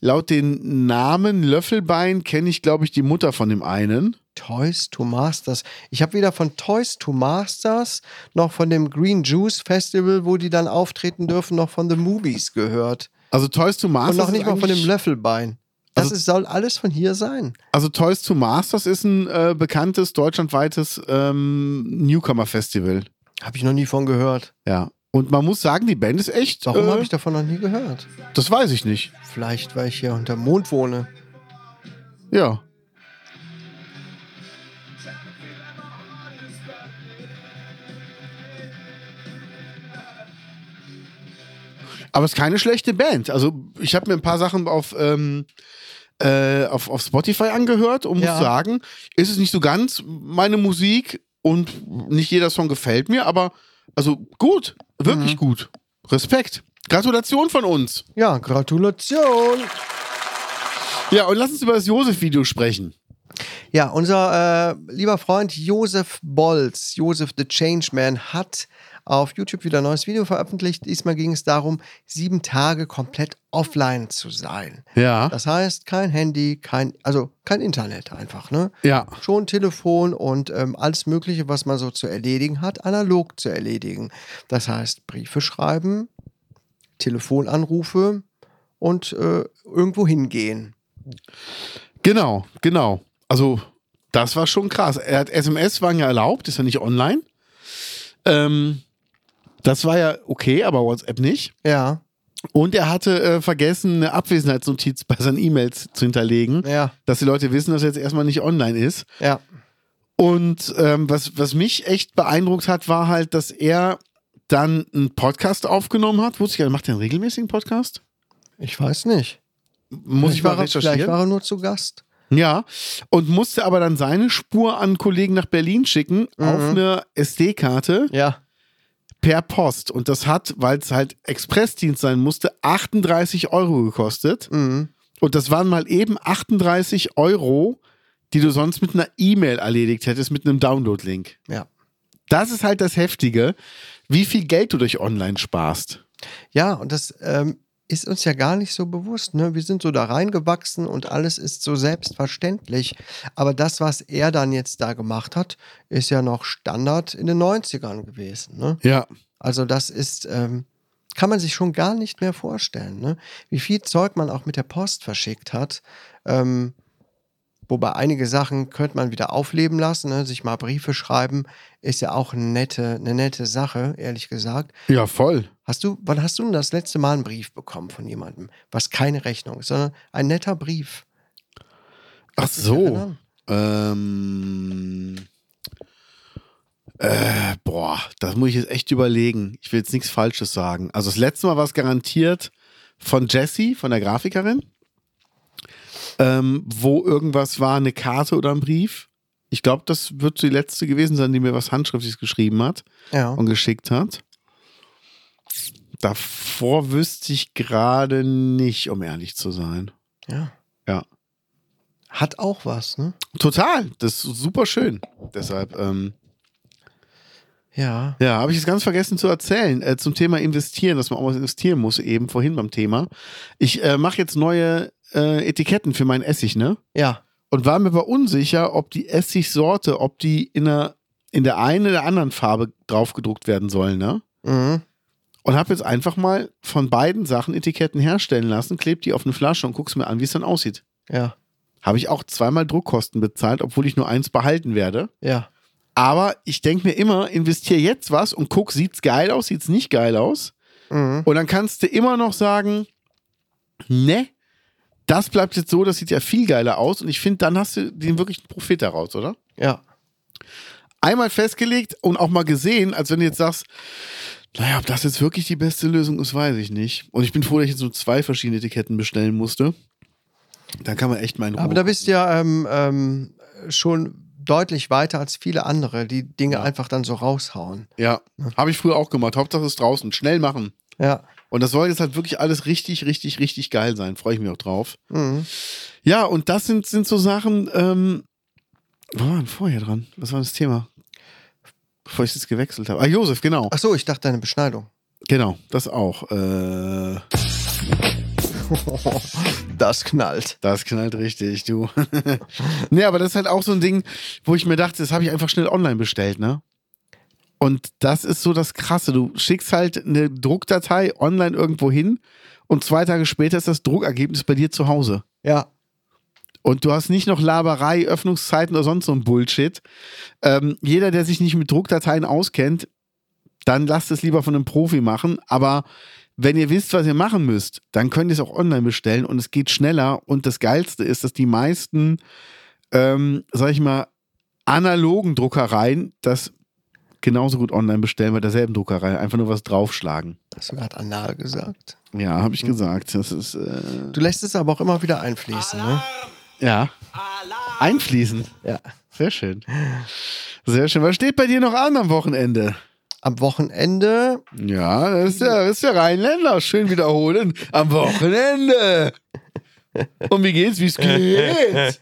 laut den Namen Löffelbein kenne ich, glaube ich, die Mutter von dem einen.
Toys to Masters. Ich habe weder von Toys to Masters noch von dem Green Juice Festival, wo die dann auftreten dürfen, noch von The Movies gehört.
Also Toys to
Und
Masters.
noch nicht
ist
mal von dem
eigentlich-
Löffelbein. Das
Also-
ist, soll alles von hier sein.
Also Toys to Masters ist ein äh, bekanntes deutschlandweites ähm, Newcomer-Festival.
Habe ich noch nie von gehört.
Ja. Und man muss sagen, die Band ist echt.
Warum
äh,
habe ich davon noch nie gehört?
das weiß ich nicht.
Vielleicht, weil ich hier unter Mond wohne.
Ja. Aber es ist keine schlechte Band. Also ich habe mir ein paar Sachen auf, ähm, äh, auf, auf Spotify angehört und
Ja.
muss sagen, ist es nicht so ganz meine Musik und nicht jeder Song gefällt mir, aber also gut,
Mhm.
wirklich gut. Respekt. Gratulation von uns.
Ja, Gratulation!
Ja, und lass uns über das Josef-Video sprechen.
Ja, unser äh, lieber Freund Josef Bolz, Josef the Changeman, hat auf YouTube wieder ein neues Video veröffentlicht. Diesmal ging es darum, sieben Tage komplett offline zu sein.
Ja.
Das heißt, kein Handy, kein, also kein Internet einfach, ne?
Ja.
Schon Telefon und ähm, alles Mögliche, was man so zu erledigen hat, analog zu erledigen. Das heißt, Briefe schreiben, Telefonanrufe und äh, irgendwo hingehen.
Genau, genau. Also, das war schon krass. Er hat SMS waren ja erlaubt, ist ja nicht online. Ähm, das war ja okay, aber WhatsApp nicht.
Ja,
Und er hatte äh, vergessen, eine Abwesenheitsnotiz bei seinen E-Mails zu hinterlegen,
ja,
dass die Leute wissen, dass er jetzt erstmal nicht online ist.
ja.
Und ähm, was, was mich echt beeindruckt hat, war halt, dass er dann einen Podcast aufgenommen hat. Wusste ich, gar- macht er einen regelmäßigen Podcast?
Ich weiß nicht.
Muss ich mal
war, Vielleicht
recherchieren?
war er nur zu Gast.
Ja, und musste aber dann seine Spur an Kollegen nach Berlin schicken auf eine SD-Karte
Ja.
per Post. Und das hat, weil es halt Expressdienst sein musste, 38 Euro gekostet.
Mhm.
Und das waren mal eben 38 Euro, die du sonst mit einer E-Mail erledigt hättest, mit einem Download-Link.
Ja.
Das ist halt das Heftige, wie viel Geld du durch Online sparst.
Ja, und das ähm, ist uns ja gar nicht so bewusst. Ne? Wir sind so da reingewachsen und alles ist so selbstverständlich. Aber das, was er dann jetzt da gemacht hat, ist ja noch Standard in den 90ern gewesen. Ne?
Ja.
Also das ist, ähm, kann man sich schon gar nicht mehr vorstellen, ne? wie viel Zeug man auch mit der Post verschickt hat. Ähm, wobei einige Sachen könnte man wieder aufleben lassen, ne? sich mal Briefe schreiben, ist ja auch eine nette, eine nette Sache, ehrlich gesagt.
Ja, voll.
Hast du, wann hast du denn das letzte Mal einen Brief bekommen von jemandem, was keine Rechnung ist, sondern ein netter Brief?
Ach
Kannst du dich
so.
erinnern?
Ähm, äh, boah, das muss ich jetzt echt überlegen. Ich will jetzt nichts Falsches sagen. Also das letzte Mal war es garantiert von Jessie, von der Grafikerin, ähm, wo irgendwas war, eine Karte oder ein Brief. Ich glaube, das wird die letzte gewesen sein, die mir was handschriftliches geschrieben hat
Ja.
und geschickt hat. Davor wüsste ich gerade nicht, um ehrlich zu sein.
ja.
Ja.
Hat auch was, ne?
Total, das ist super schön. Deshalb, ähm,
Ja.
ja, habe ich jetzt ganz vergessen zu erzählen äh, zum Thema Investieren, dass man auch was investieren muss, eben vorhin beim Thema. Ich äh, mache jetzt neue äh, Etiketten für meinen Essig, ne?
Ja.
Und war mir aber unsicher, ob die Essigsorte, ob die in der, in der einen oder anderen Farbe drauf gedruckt werden sollen, ne?
Mhm.
Und habe jetzt einfach mal von beiden Sachen Etiketten herstellen lassen, kleb die auf eine Flasche und guck's mir an, wie es dann aussieht.
Ja.
Habe ich auch zweimal Druckkosten bezahlt, obwohl ich nur eins behalten werde.
Ja.
Aber ich denke mir immer, investiere jetzt was und guck, sieht's geil aus, sieht's nicht geil aus.
Mhm.
Und dann kannst du immer noch sagen, ne, das bleibt jetzt so, das sieht ja viel geiler aus. Und ich finde, dann hast du den wirklichen Profit daraus, oder?
Ja.
Einmal festgelegt und auch mal gesehen, als wenn du jetzt sagst, naja, ob das jetzt wirklich die beste Lösung ist, weiß ich nicht. Und ich bin froh, dass ich jetzt nur zwei verschiedene Etiketten bestellen musste. Dann kann man echt meinen
Aber da bist du ja ähm, ähm, schon deutlich weiter als viele andere, die Dinge einfach dann so raushauen.
Ja, habe ich früher auch gemacht. Hauptsache es ist draußen. Schnell machen.
Ja.
Und das soll jetzt halt wirklich alles richtig, richtig, richtig geil sein. Freue ich mich auch drauf.
Mhm.
Ja, und das sind, sind so Sachen, ähm, wo waren wir vorher dran? Was war das Thema? Bevor ich es gewechselt habe. Ah, Josef, genau.
Ach so, ich dachte deine Beschneidung.
Genau, das auch. Äh,
Das knallt.
das knallt richtig, du. nee, aber das ist halt auch so ein Ding, wo ich mir dachte, das habe ich einfach schnell online bestellt, ne? Und das ist so das Krasse. Du schickst halt eine Druckdatei online irgendwo hin und zwei Tage später ist das Druckergebnis bei dir zu Hause.
Ja.
Und du hast nicht noch Laberei, Öffnungszeiten oder sonst so ein Bullshit. Ähm, jeder, der sich nicht mit Druckdateien auskennt, dann lasst es lieber von einem Profi machen. Aber wenn ihr wisst, was ihr machen müsst, dann könnt ihr es auch online bestellen und es geht schneller. Und das Geilste ist, dass die meisten, ähm, sag ich mal, analogen Druckereien das genauso gut online bestellen bei derselben Druckerei. Einfach nur was draufschlagen.
Hast du gerade anal gesagt?
Ja, habe ich gesagt. Das ist, äh,
Du lässt es aber auch immer wieder einfließen, ne?
ja. Einfließen.
Ja.
Sehr schön. Sehr schön. Was steht bei dir noch an am Wochenende?
Am Wochenende
Ja, das ist ja, das ist ja Rheinländer. Schön wiederholen. Am Wochenende. Und wie geht's? Wie's geht?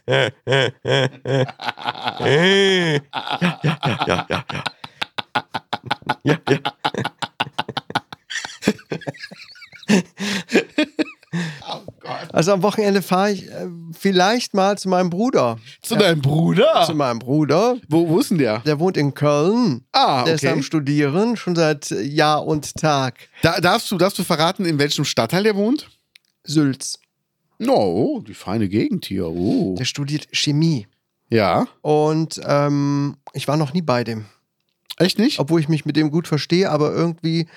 Also am Wochenende fahre ich äh, vielleicht mal zu meinem Bruder.
Zu deinem Bruder?
Zu meinem Bruder.
Wo, wo ist denn der?
Der wohnt in Köln.
Ah,
Der ist
okay.
am Studieren schon seit äh, Jahr und Tag.
Da, darfst, du, darfst du verraten, in welchem Stadtteil der wohnt?
Sülz.
No, die feine Gegend hier. Oh.
Der studiert Chemie.
Ja.
Und ähm, ich war noch nie bei dem.
Echt nicht?
Obwohl ich mich mit dem gut verstehe, aber irgendwie,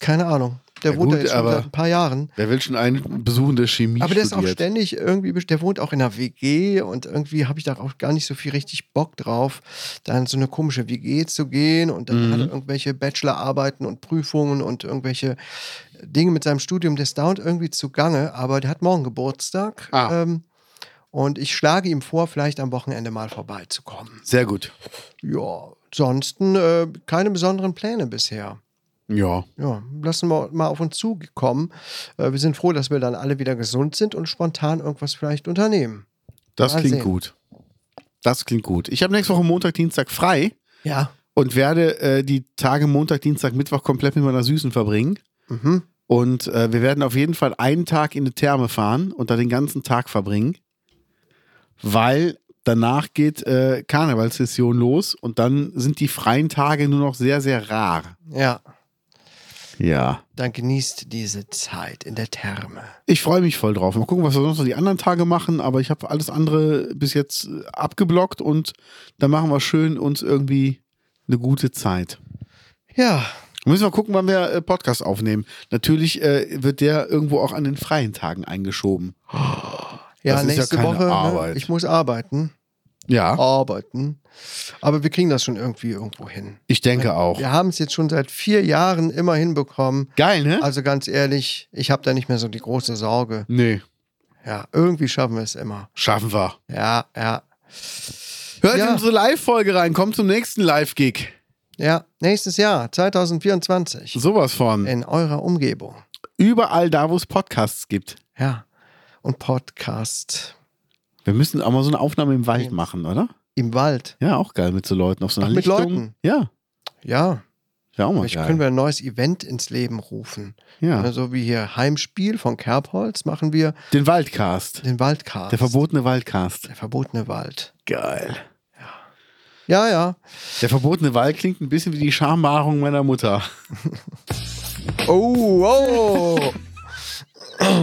keine Ahnung. Der
Ja,
wohnt da
gut,
jetzt schon
aber-
seit ein paar Jahren.
Wer will schon einen Besuchen der Chemie
Aber der ist auch
studiert?
ständig irgendwie, best- der wohnt auch in einer WG und irgendwie habe ich da auch gar nicht so viel richtig Bock drauf, da in so eine komische WG zu gehen und
Mhm.
dann hat er irgendwelche Bachelorarbeiten und Prüfungen und irgendwelche Dinge mit seinem Studium. Der ist dauernd irgendwie zugange, aber der hat morgen Geburtstag.
Ah.
Ähm, und ich schlage ihm vor, vielleicht am Wochenende mal vorbeizukommen.
Sehr gut.
Ja, ansonsten äh, keine besonderen Pläne bisher.
Ja.
Ja, lassen wir mal auf uns zukommen. Äh, wir sind froh, dass wir dann alle wieder gesund sind und spontan irgendwas vielleicht unternehmen.
Das
Mal
klingt
sehen.
gut. Das klingt gut. Ich habe nächste Woche Montag, Dienstag frei
Ja.
und werde äh, die Tage Montag, Dienstag, Mittwoch komplett mit meiner Süßen verbringen.
Mhm.
Und äh, wir werden auf jeden Fall einen Tag in die Therme fahren und da den ganzen Tag verbringen, weil danach geht äh, Karnevalssession los und dann sind die freien Tage nur noch sehr, sehr rar.
Ja,
Ja.
dann genießt diese Zeit in der Therme.
Ich freue mich voll drauf. Mal gucken, was wir sonst noch die anderen Tage machen, aber ich habe alles andere bis jetzt äh, abgeblockt und dann machen wir schön uns irgendwie eine gute Zeit.
Ja,
Müssen wir gucken, wann wir äh, Podcast aufnehmen. Natürlich äh, wird der irgendwo auch an den freien Tagen eingeschoben.
ja
Das ist ja
nächste
keine
Woche.
Arbeit.
Ne, ich muss arbeiten.
Ja,
Arbeiten. Aber wir kriegen das schon irgendwie irgendwo hin.
ich denke auch.
Wir haben es jetzt schon seit vier Jahren immer hinbekommen.
Geil, ne?
Also ganz ehrlich, ich habe da nicht mehr so die große Sorge.
nee,
Ja, irgendwie schaffen wir es immer.
schaffen wir.
Ja, ja,
Hört
Ja.
in unsere Live-Folge rein, kommt zum nächsten Live-Gig.
ja. Nächstes Jahr, 2024.
Sowas von.
In eurer Umgebung.
Überall da, wo es Podcasts gibt.
Ja. Und Podcast
Wir müssen auch mal so eine Aufnahme im Wald machen, oder?
im Wald.
Ja, auch geil mit so Leuten auf so einer
Ach, mit
Lichtung.
Leuten?
Ja,
Ja.
wäre auch mal
Vielleicht
Oh, geil.
können wir ein neues Event ins Leben rufen. Ne,
ja.
So wie hier Heimspiel von Kerbholz machen wir
Den Waldcast.
den Waldcast.
Der verbotene Waldcast.
Der verbotene Wald.
Geil.
Ja, ja.
Der verbotene Wald klingt ein bisschen wie die Schambarung meiner Mutter.
Oh, oh.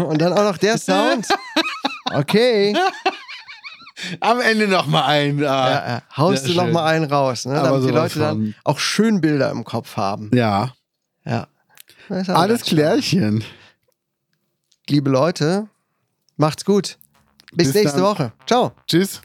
Und dann auch noch der Sound. Okay.
Am Ende nochmal ein. Ah.
Ja, äh, haust
Sehr
du noch
schön.
mal einen raus, ne?
Aber
damit die
sowas
Leute dann
von.
auch schön Bilder im Kopf haben.
Ja.
Ja. Das ist auch
Alles
ganz schön.
Klärchen.
Liebe Leute, macht's gut. Bis,
Bis
nächste
dann.
Woche. Ciao.
Tschüss.